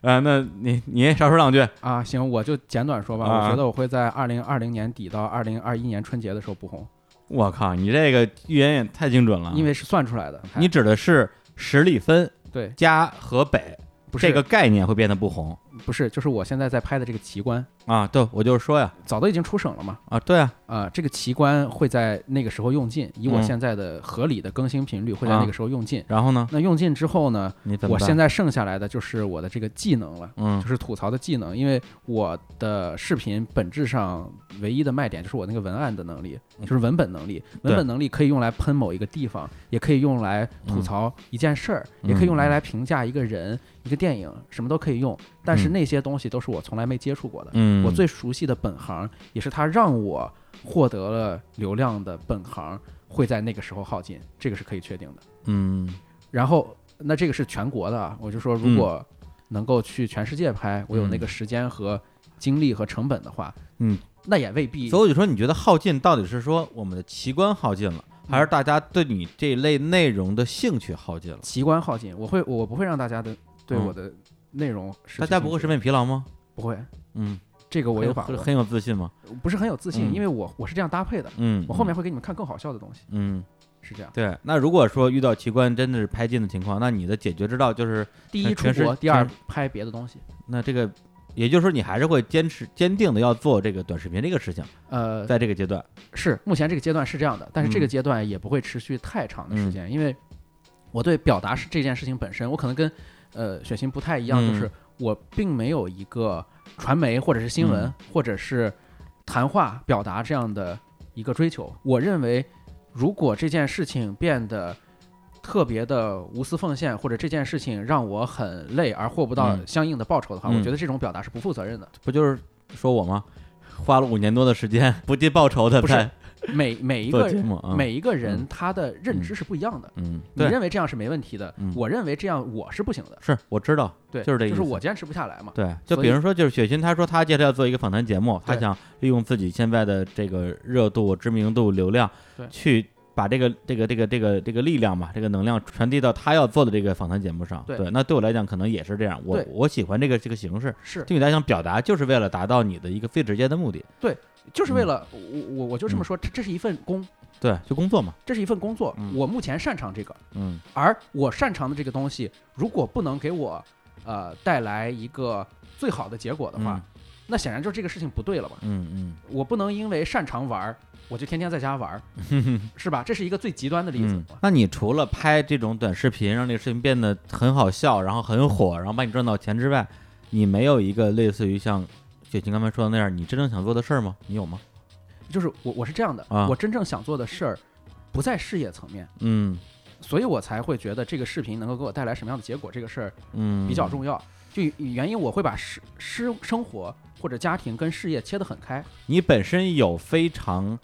啊，那你你也少说两句。
啊。行，我就简短说吧，
啊
我觉得我会在二零二零年底到二零二一年春节的时候不红，
我靠，你这个预言也太精准了。
因为是算出来的。
啊你指的是十里分
对，
加河北
不是
这个概念会变得不红
不是，就是我现在在拍的这个奇观，
啊？对，我就是说呀，
早都已经出省了嘛。
啊，对啊，
啊、这个奇观会在那个时候用尽，以我
嗯
现在的合理的更新频率，会在
啊
那个时候用尽。
然后呢？
那用尽之后呢，
你怎么
我
办？
现在剩下来的就是我的这个技能了。
嗯
就是吐槽的技能，因为我的视频本质上唯一的卖点就是我那个文案的能力，就是文本能力。
嗯对
文本能力可以用来喷某一个地方，也可以用来吐槽一件事儿，也可以用来
嗯
来评价一个人、一个电影，什么都可以用。但
嗯
是那些东西都是我从来没接触过的。
嗯，
我最熟悉的本行，也是它让我获得了流量的本行，会在那个时候耗尽，这个是可以确定的。
嗯
然后，那这个是全国的，啊，我就说，如果
嗯
能够去全世界拍，我有那个时间和精力和成本的话，
嗯，
那也未必
所以我就说，你觉得耗尽到底是说我们的奇观耗尽了，还是
嗯
大家对你这类内容的兴趣耗尽了？
奇观耗尽。我会，我不会让大家的对
嗯
我的内容失去兴趣，
大家不会审美疲劳吗？
不会，
嗯，
这个我
很
有把
很
握，
很有自信吗？
不是很有自信，
嗯
因为我我是这样搭配的，
嗯，
我后面会给你们看更好笑的东西，
嗯，嗯
是这样。
对。那如果说遇到奇观真的是拍尽的情况，那你的解决之道就是，
第
全
一出
全是
国，第二
全
拍别的东西。
那这个，也就是说你还是会坚持坚定的要做这个短视频这个事情，
呃，
在这个阶段，
是目前这个阶段是这样的，但是
嗯
这个阶段也不会持续太长的时间，因为我对表达是这件事情本身，我可能跟呃雪琴不太一样，
嗯
就是我并没有一个传媒或者是新闻、
嗯
或者是谈话表达这样的一个追求。我认为，如果这件事情变得特别的无私奉献，或者这件事情让我很累而获不到
嗯
相应的报酬的话，
嗯
我觉得这种表达是不负责任的。
不就是说我吗？花了五年多的时间，不计报酬的
不是
在
每每一
做
个
节目啊，
每一个人
嗯
他的认知是不一样的。
嗯，
你
对，
认为这样是没问题的，
嗯
我认为这样我是不行的，
是我知道，
对，
就是这个
就是
意思
我坚持不下来嘛。
对，就
所
比
以
如说，就是雪琴，她说她接下来要做一个访谈节目，她
对
想利用自己现在的这个热度、知名度、流量
对，
去把这个这个这个这个这个力量嘛，这个能量传递到她要做的这个访谈节目上。
对
那对我来讲可能也是这样，我
对
我喜欢这个这个形式。
是，
对你来讲，表达就是为了达到你的一个最直接的目的，
就是为了
嗯
我我我就这么说，这这是一份工，
对，就工作嘛，
这是一份工作
嗯，
我目前擅长这个，
嗯
而我擅长的这个东西，如果不能给我呃带来一个最好的结果的话，那显然就是这个事情不对了吧？
嗯嗯
我不能因为擅长玩儿，我就天天在家玩 儿，是吧？这是一个最极端的例子。
嗯，那你除了拍这种短视频，让这个视频变得很好笑，然后很火，然后帮你赚到钱之外，你没有一个类似于像雪琴刚才说的那样，你真正想做的事儿吗？你有吗？
就是我我是这样的，
啊
我真正想做的事儿不在事业层面，
嗯
所以我才会觉得这个视频能够给我带来什么样的结果，这个事儿
嗯，
比较重要。就原因我会把事事生活或者家庭跟事业切得很开，
你本身有非常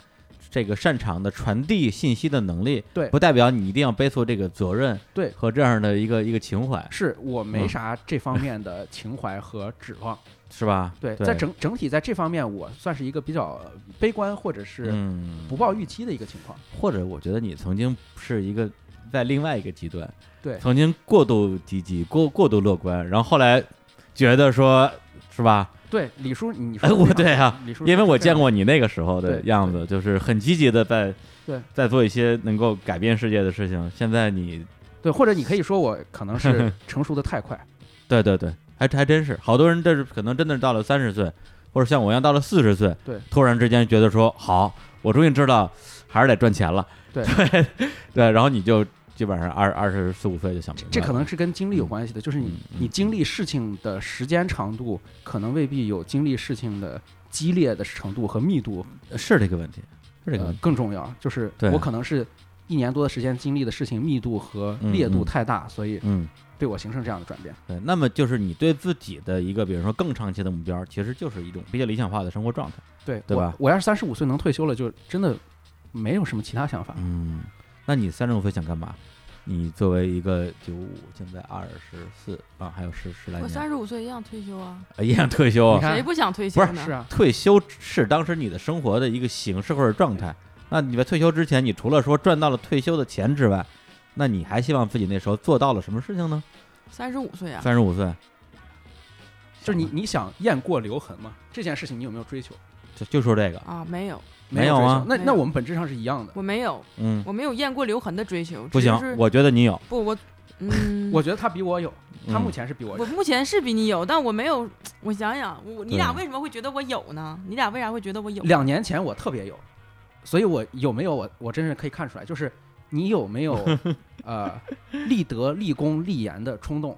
这个擅长的传递信息的能力，
对
不代表你一定要背负这个责任，
对
和这样的一个一个情怀，
是我没
嗯
啥这方面的情怀和指望。
是吧？
对，在整整体在这方面，我算是一个比较悲观或者是
嗯，
不抱预期的一个情况。
或者我觉得你曾经是一个在另外一个极端，
对
曾经过度积极、过过度乐观，然后后来觉得说是吧？
对，李叔，你说
哎，
的
我
非常
对啊，
李叔，
因为我见，过你那个时候的
对
样子，就是很积极的在
对
在做一些能够改变世界的事情。现在你
对，或者你可以说我可 能是成熟的太快，
对对对，还还真是好多人，这是可能真的是到了三十岁，或者像我一样到了四十岁，
对，
突然之间觉得说好，我终于知道还是得赚钱了，
对
对 对，然后你就基本上二二十四五岁就想明白了，
这可能是跟经历有关系的，就是你
嗯嗯嗯
你经历事情的时间长度，可能未必有经历事情的激烈的程度和密度，
是这个问题，是这个
呃
问题，
更重要。就是
对
我可能是一年多的时间经历的事情密度和
嗯
烈度
嗯
太大，所以
嗯，
对我形成这样的转变。
对。那么就是你对自己的一个，比如说更长期的目标，其实就是一种比较理想化的生活状态，啊
对，
对吧
我我要是三十五岁能退休了，就真的没有什么其他想法。
嗯。那你三十五岁想干嘛？你作为一个九五，现在二十四啊，还有十十来
我
年，
三十五岁也想退休啊，
啊也想退休啊
你看
谁不想退休
不
呢？
是啊，
退休是当时你的生活的一个形式或者状态。那你在退休之前，你除了说赚到了退休的钱之外，那你还希望自己那时候做到了什么事情呢？
三十五岁啊，
三十五岁，
就是你你想雁过留痕嘛？这件事情你有没有追求？
就就说这个，
啊，没有，
没有
有追
啊
求那
没
那
有
我们本质上是一样的。
我没有，
嗯，
我没有雁过留痕的追求，
不
只
行
是，
我觉得你有，
不我，嗯，
我觉得他比我有，他
嗯
目前是比我有
我。目前是比你有，但我没有。我想想，我你俩
对
为什么会觉得我有呢？你俩为啥会觉得我有？
两年前我特别有，所以我有没有我我真是可以看出来，就是你有 没有呃立德、立功、立言的冲动。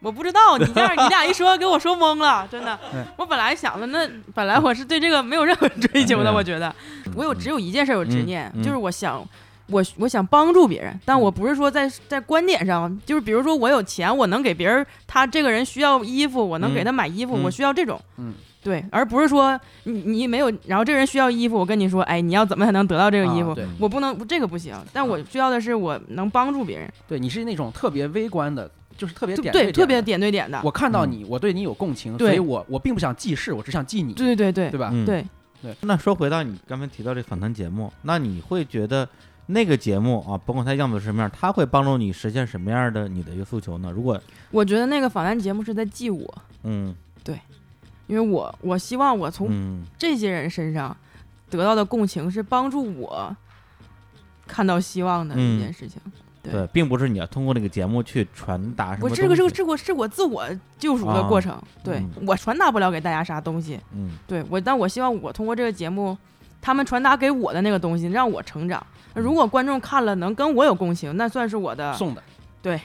我不知道，你这 样你俩一说给我说懵了，真的
嗯。
我本来想的那本来我是对这个没有任何追求
对
的，
啊
我觉得我
嗯
有只有一件事有执念，
嗯嗯
就是我想。我我想帮助别人，
嗯
但我不是说在在观点上，就是比如说我有钱，我能给别人，他这个人需要衣服，我能给他买衣服，
嗯嗯
我需要这种，
嗯，
对，而不是说你你没有，然后这个人需要衣服，我跟你说，哎，你要怎么才能得到这个衣服？
啊对啊
我不能，这个不行。但我需要的是我能帮助别人，
对，你是那种特别微观的，就是特别
对
点
对，特别
点
点对点的
的。。我看
嗯
到你，我对你有共情，
对
所以我我并不想记事，我只想记你，
对对对
对吧？
嗯，
对，
那说回到你刚才提到这访谈节目，那你会觉得那个节目啊，甭管它样子是什么样，它会帮助你实现什么样的你的一个诉求呢？如果
我觉得那个访谈节目是在记我，
嗯
因为我我希望我从
嗯
这些人身上得到的共情是帮助我看到希望的
嗯
一件事情。对
对，并不是你要通过那个节目去传达什么
我
东西，
这个是个是我是我自我救赎的过程，对
嗯
我传达不了给大家啥东西，
嗯
对我，但我希望我通过这个节目，他们传达给我的那个东西让我成长。那如果观众看了能跟我有共情，那算是我的
送的，
对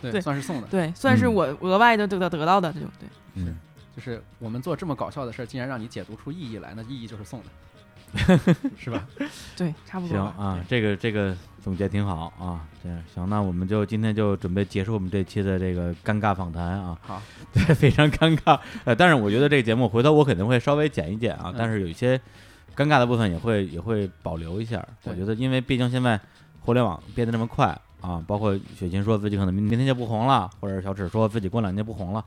对，
对
算是送的。
对，算是
嗯
我额外的得到得到的这种对。
嗯，
就是我们做这么搞笑的事儿，竟然让你解读出意义来，那意义就是送的，是吧？
对，差不多
行
吧。
啊，这个这个总结挺好啊，这样行，那我们就今天就准备结束我们这期的这个尴尬访谈啊，
好，
对，非常尴尬，呃，但是我觉得这个节目回头我肯定会稍微剪一剪啊
嗯，
但是有一些尴尬的部分也会也会保留一下，
对
我觉得因为毕竟现在互联网变得这么快啊，包括雪琴说自己可能明明天就不红了，或者小史说自己过两年不红了，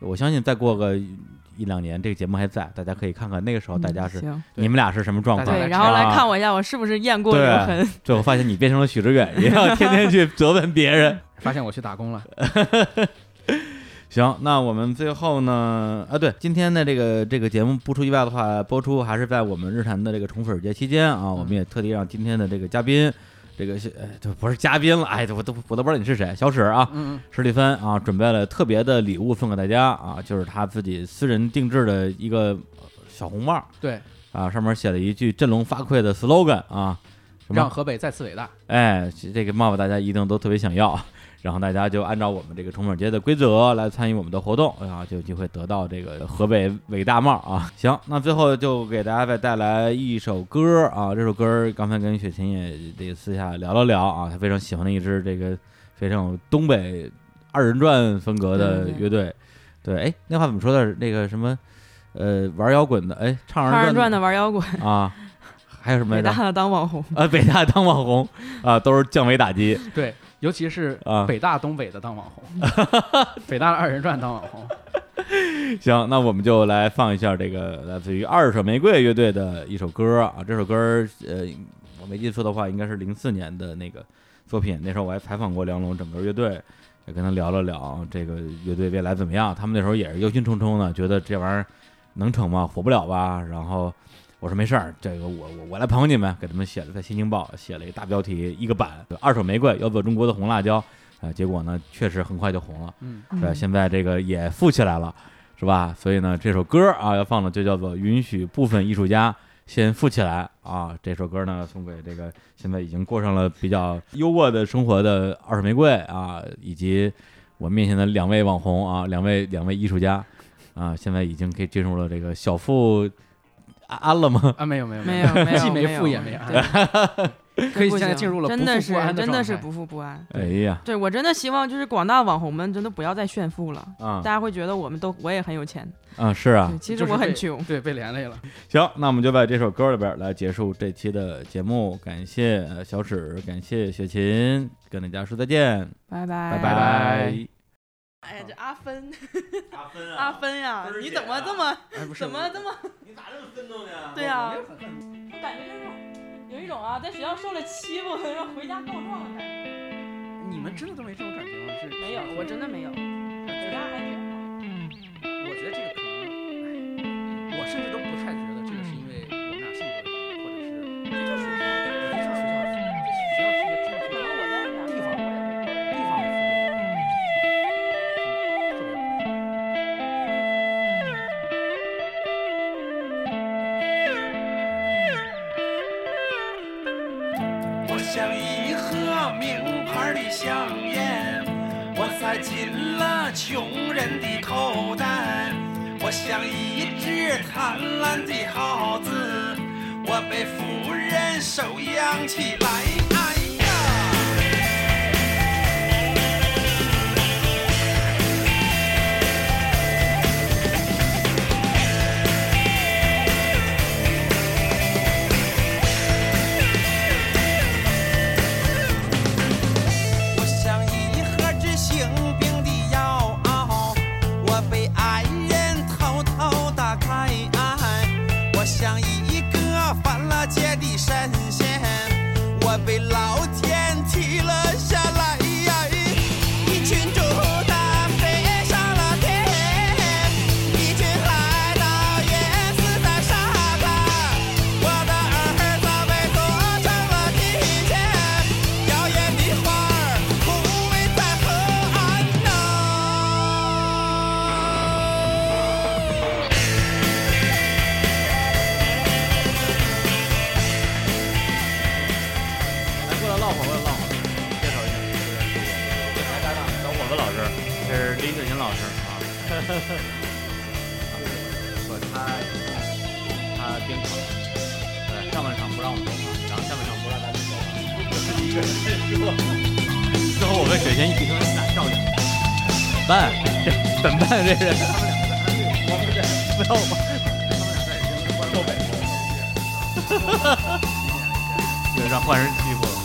我相信再过个一一两年这个节目还在，大家可以看看那个时候大家是、
嗯行
你们俩是什么状
大
况
家，来
对，然后来
啊
看我一下，我是不是雁过留
对
痕？
最后发现你变成了许知远一样，天天去责问别人。
发现我去打 工了，
行，那我们最后呢？啊，对，今天的这个这个节目不出意外的
嗯
话，播出还是在我们日坛的这个宠粉节期间啊。我们也特地让今天的这个嘉宾，这个哎就不是嘉宾了，哎，我都我都不知道你是谁，小史啊，
嗯，
史蒂芬啊，准备了特别的礼物送给大家啊，就是他自己私人定制的一个呃小红帽
对，
啊，上面写了一句振聋发聩的 slogan 啊，什
让
么？
河北再次伟大。
哎，这个帽子大家一定都特别想要， 然后大家就按照我们这个重本节的规则来参与我们的活动，然后就有机会得到这个河北伟大帽啊。 行，那最后就给大家再带来一首歌啊，这首歌刚才跟雪琴也这个私下聊了聊啊，她非常喜欢的一支这个非常有东北二人转风格的
对对对
乐队，对，哎，那话怎么说的？那个什么，呃，玩摇滚的，哎，唱
二人转
转
的玩摇滚，
的 啊，还有什么
北
来着
大？的当网红，
啊，北大当网红啊，都是降维打击
对，尤其是
啊。
北大东北的当网红，北大的二人转当网红。
行，那我们就来放一下这个来自于二手玫瑰乐队的一首歌啊，这首歌呃，我没记错的话，应该是零四年的那个作品。那时候我还采访过梁龙整个乐队，也跟他聊了聊这个乐队未来怎么样。他们那时候也是忧心忡忡的，觉得这玩意儿能成吗？火不了吧？然后我说没事儿，这个我我我来捧你们，给他们写了在《新京报》写了一个大标题，一个版《二手玫瑰要做中国的红辣椒》啊、结果呢，确实很快就红了。
嗯，
是吧？
嗯
现在这个也富起来了，是吧？所以呢，这首歌啊要放的就叫做《允许部分艺术家先富起来》啊。这首歌呢送给这个现在已经过上了比较优渥的生活的二手玫瑰啊，以及我面前的两位网红啊，两位两位艺术家啊，现在已经可以进入了这个小富安安了吗？
啊，没有没有
没
有
有，没有，
既没
有
富也没安
对
可以
不
现在
行
进入了
真
不
的
富
是
不安的
真
状
的是
态
不富不安。
哎呀
对我真的希望就是广大网红们真的不要再炫富了，
啊
大家会觉得我们都我也很有钱，
啊是啊
对，其实
就是
我
被
很穷。
对，被连累了。
行，那我们就在这首歌里边来结束这期的节目，感谢呃小史，感谢雪琴，跟大家说再见，
拜拜
拜
拜
哎呀，这阿芬，
阿芬
阿，芬呀
芬，儿
你
姐
怎么
啊
这么
哎，不是
怎么这么？
你咋这么愤怒呢？
对呀、我感觉就是有一种啊，在学校受了欺负，然后回家告状的感觉。
你们真的都没这种感觉吗？是
没有，我真的没有，我家还挺好。
我觉得这个可能，哎我甚至都不太觉得这个是因为我们俩性格的原因，或者是这就是学校，这就是学校，这学校是一个真
可能
正的
我在哪儿
地方，地方的特别不一样。
我像一盒名牌的香烟，我塞进了穷人的口袋。我像一只贪婪的耗子，我被富人收养起来。哎呀！我像一盒治性病的药，我被爱人偷偷打开。我像一个犯了戒的神仙，我被老天踢了下来。一群猪蛋飞上了天，一群海盗淹死在沙滩。我的儿子被做成了金钱，耀眼的花儿枯萎在河岸呐。
来过来唠会儿，过来唠会儿，介绍一下。
小伙子老师，这是李雪琴老师啊。我他他编场，对上半场不让我们说话，然后下半场不让大家说话，最哦后我跟雪琴一起跟他们俩照应，怎么办？ 这怎么办？这是。不要吧。又让坏人欺负了。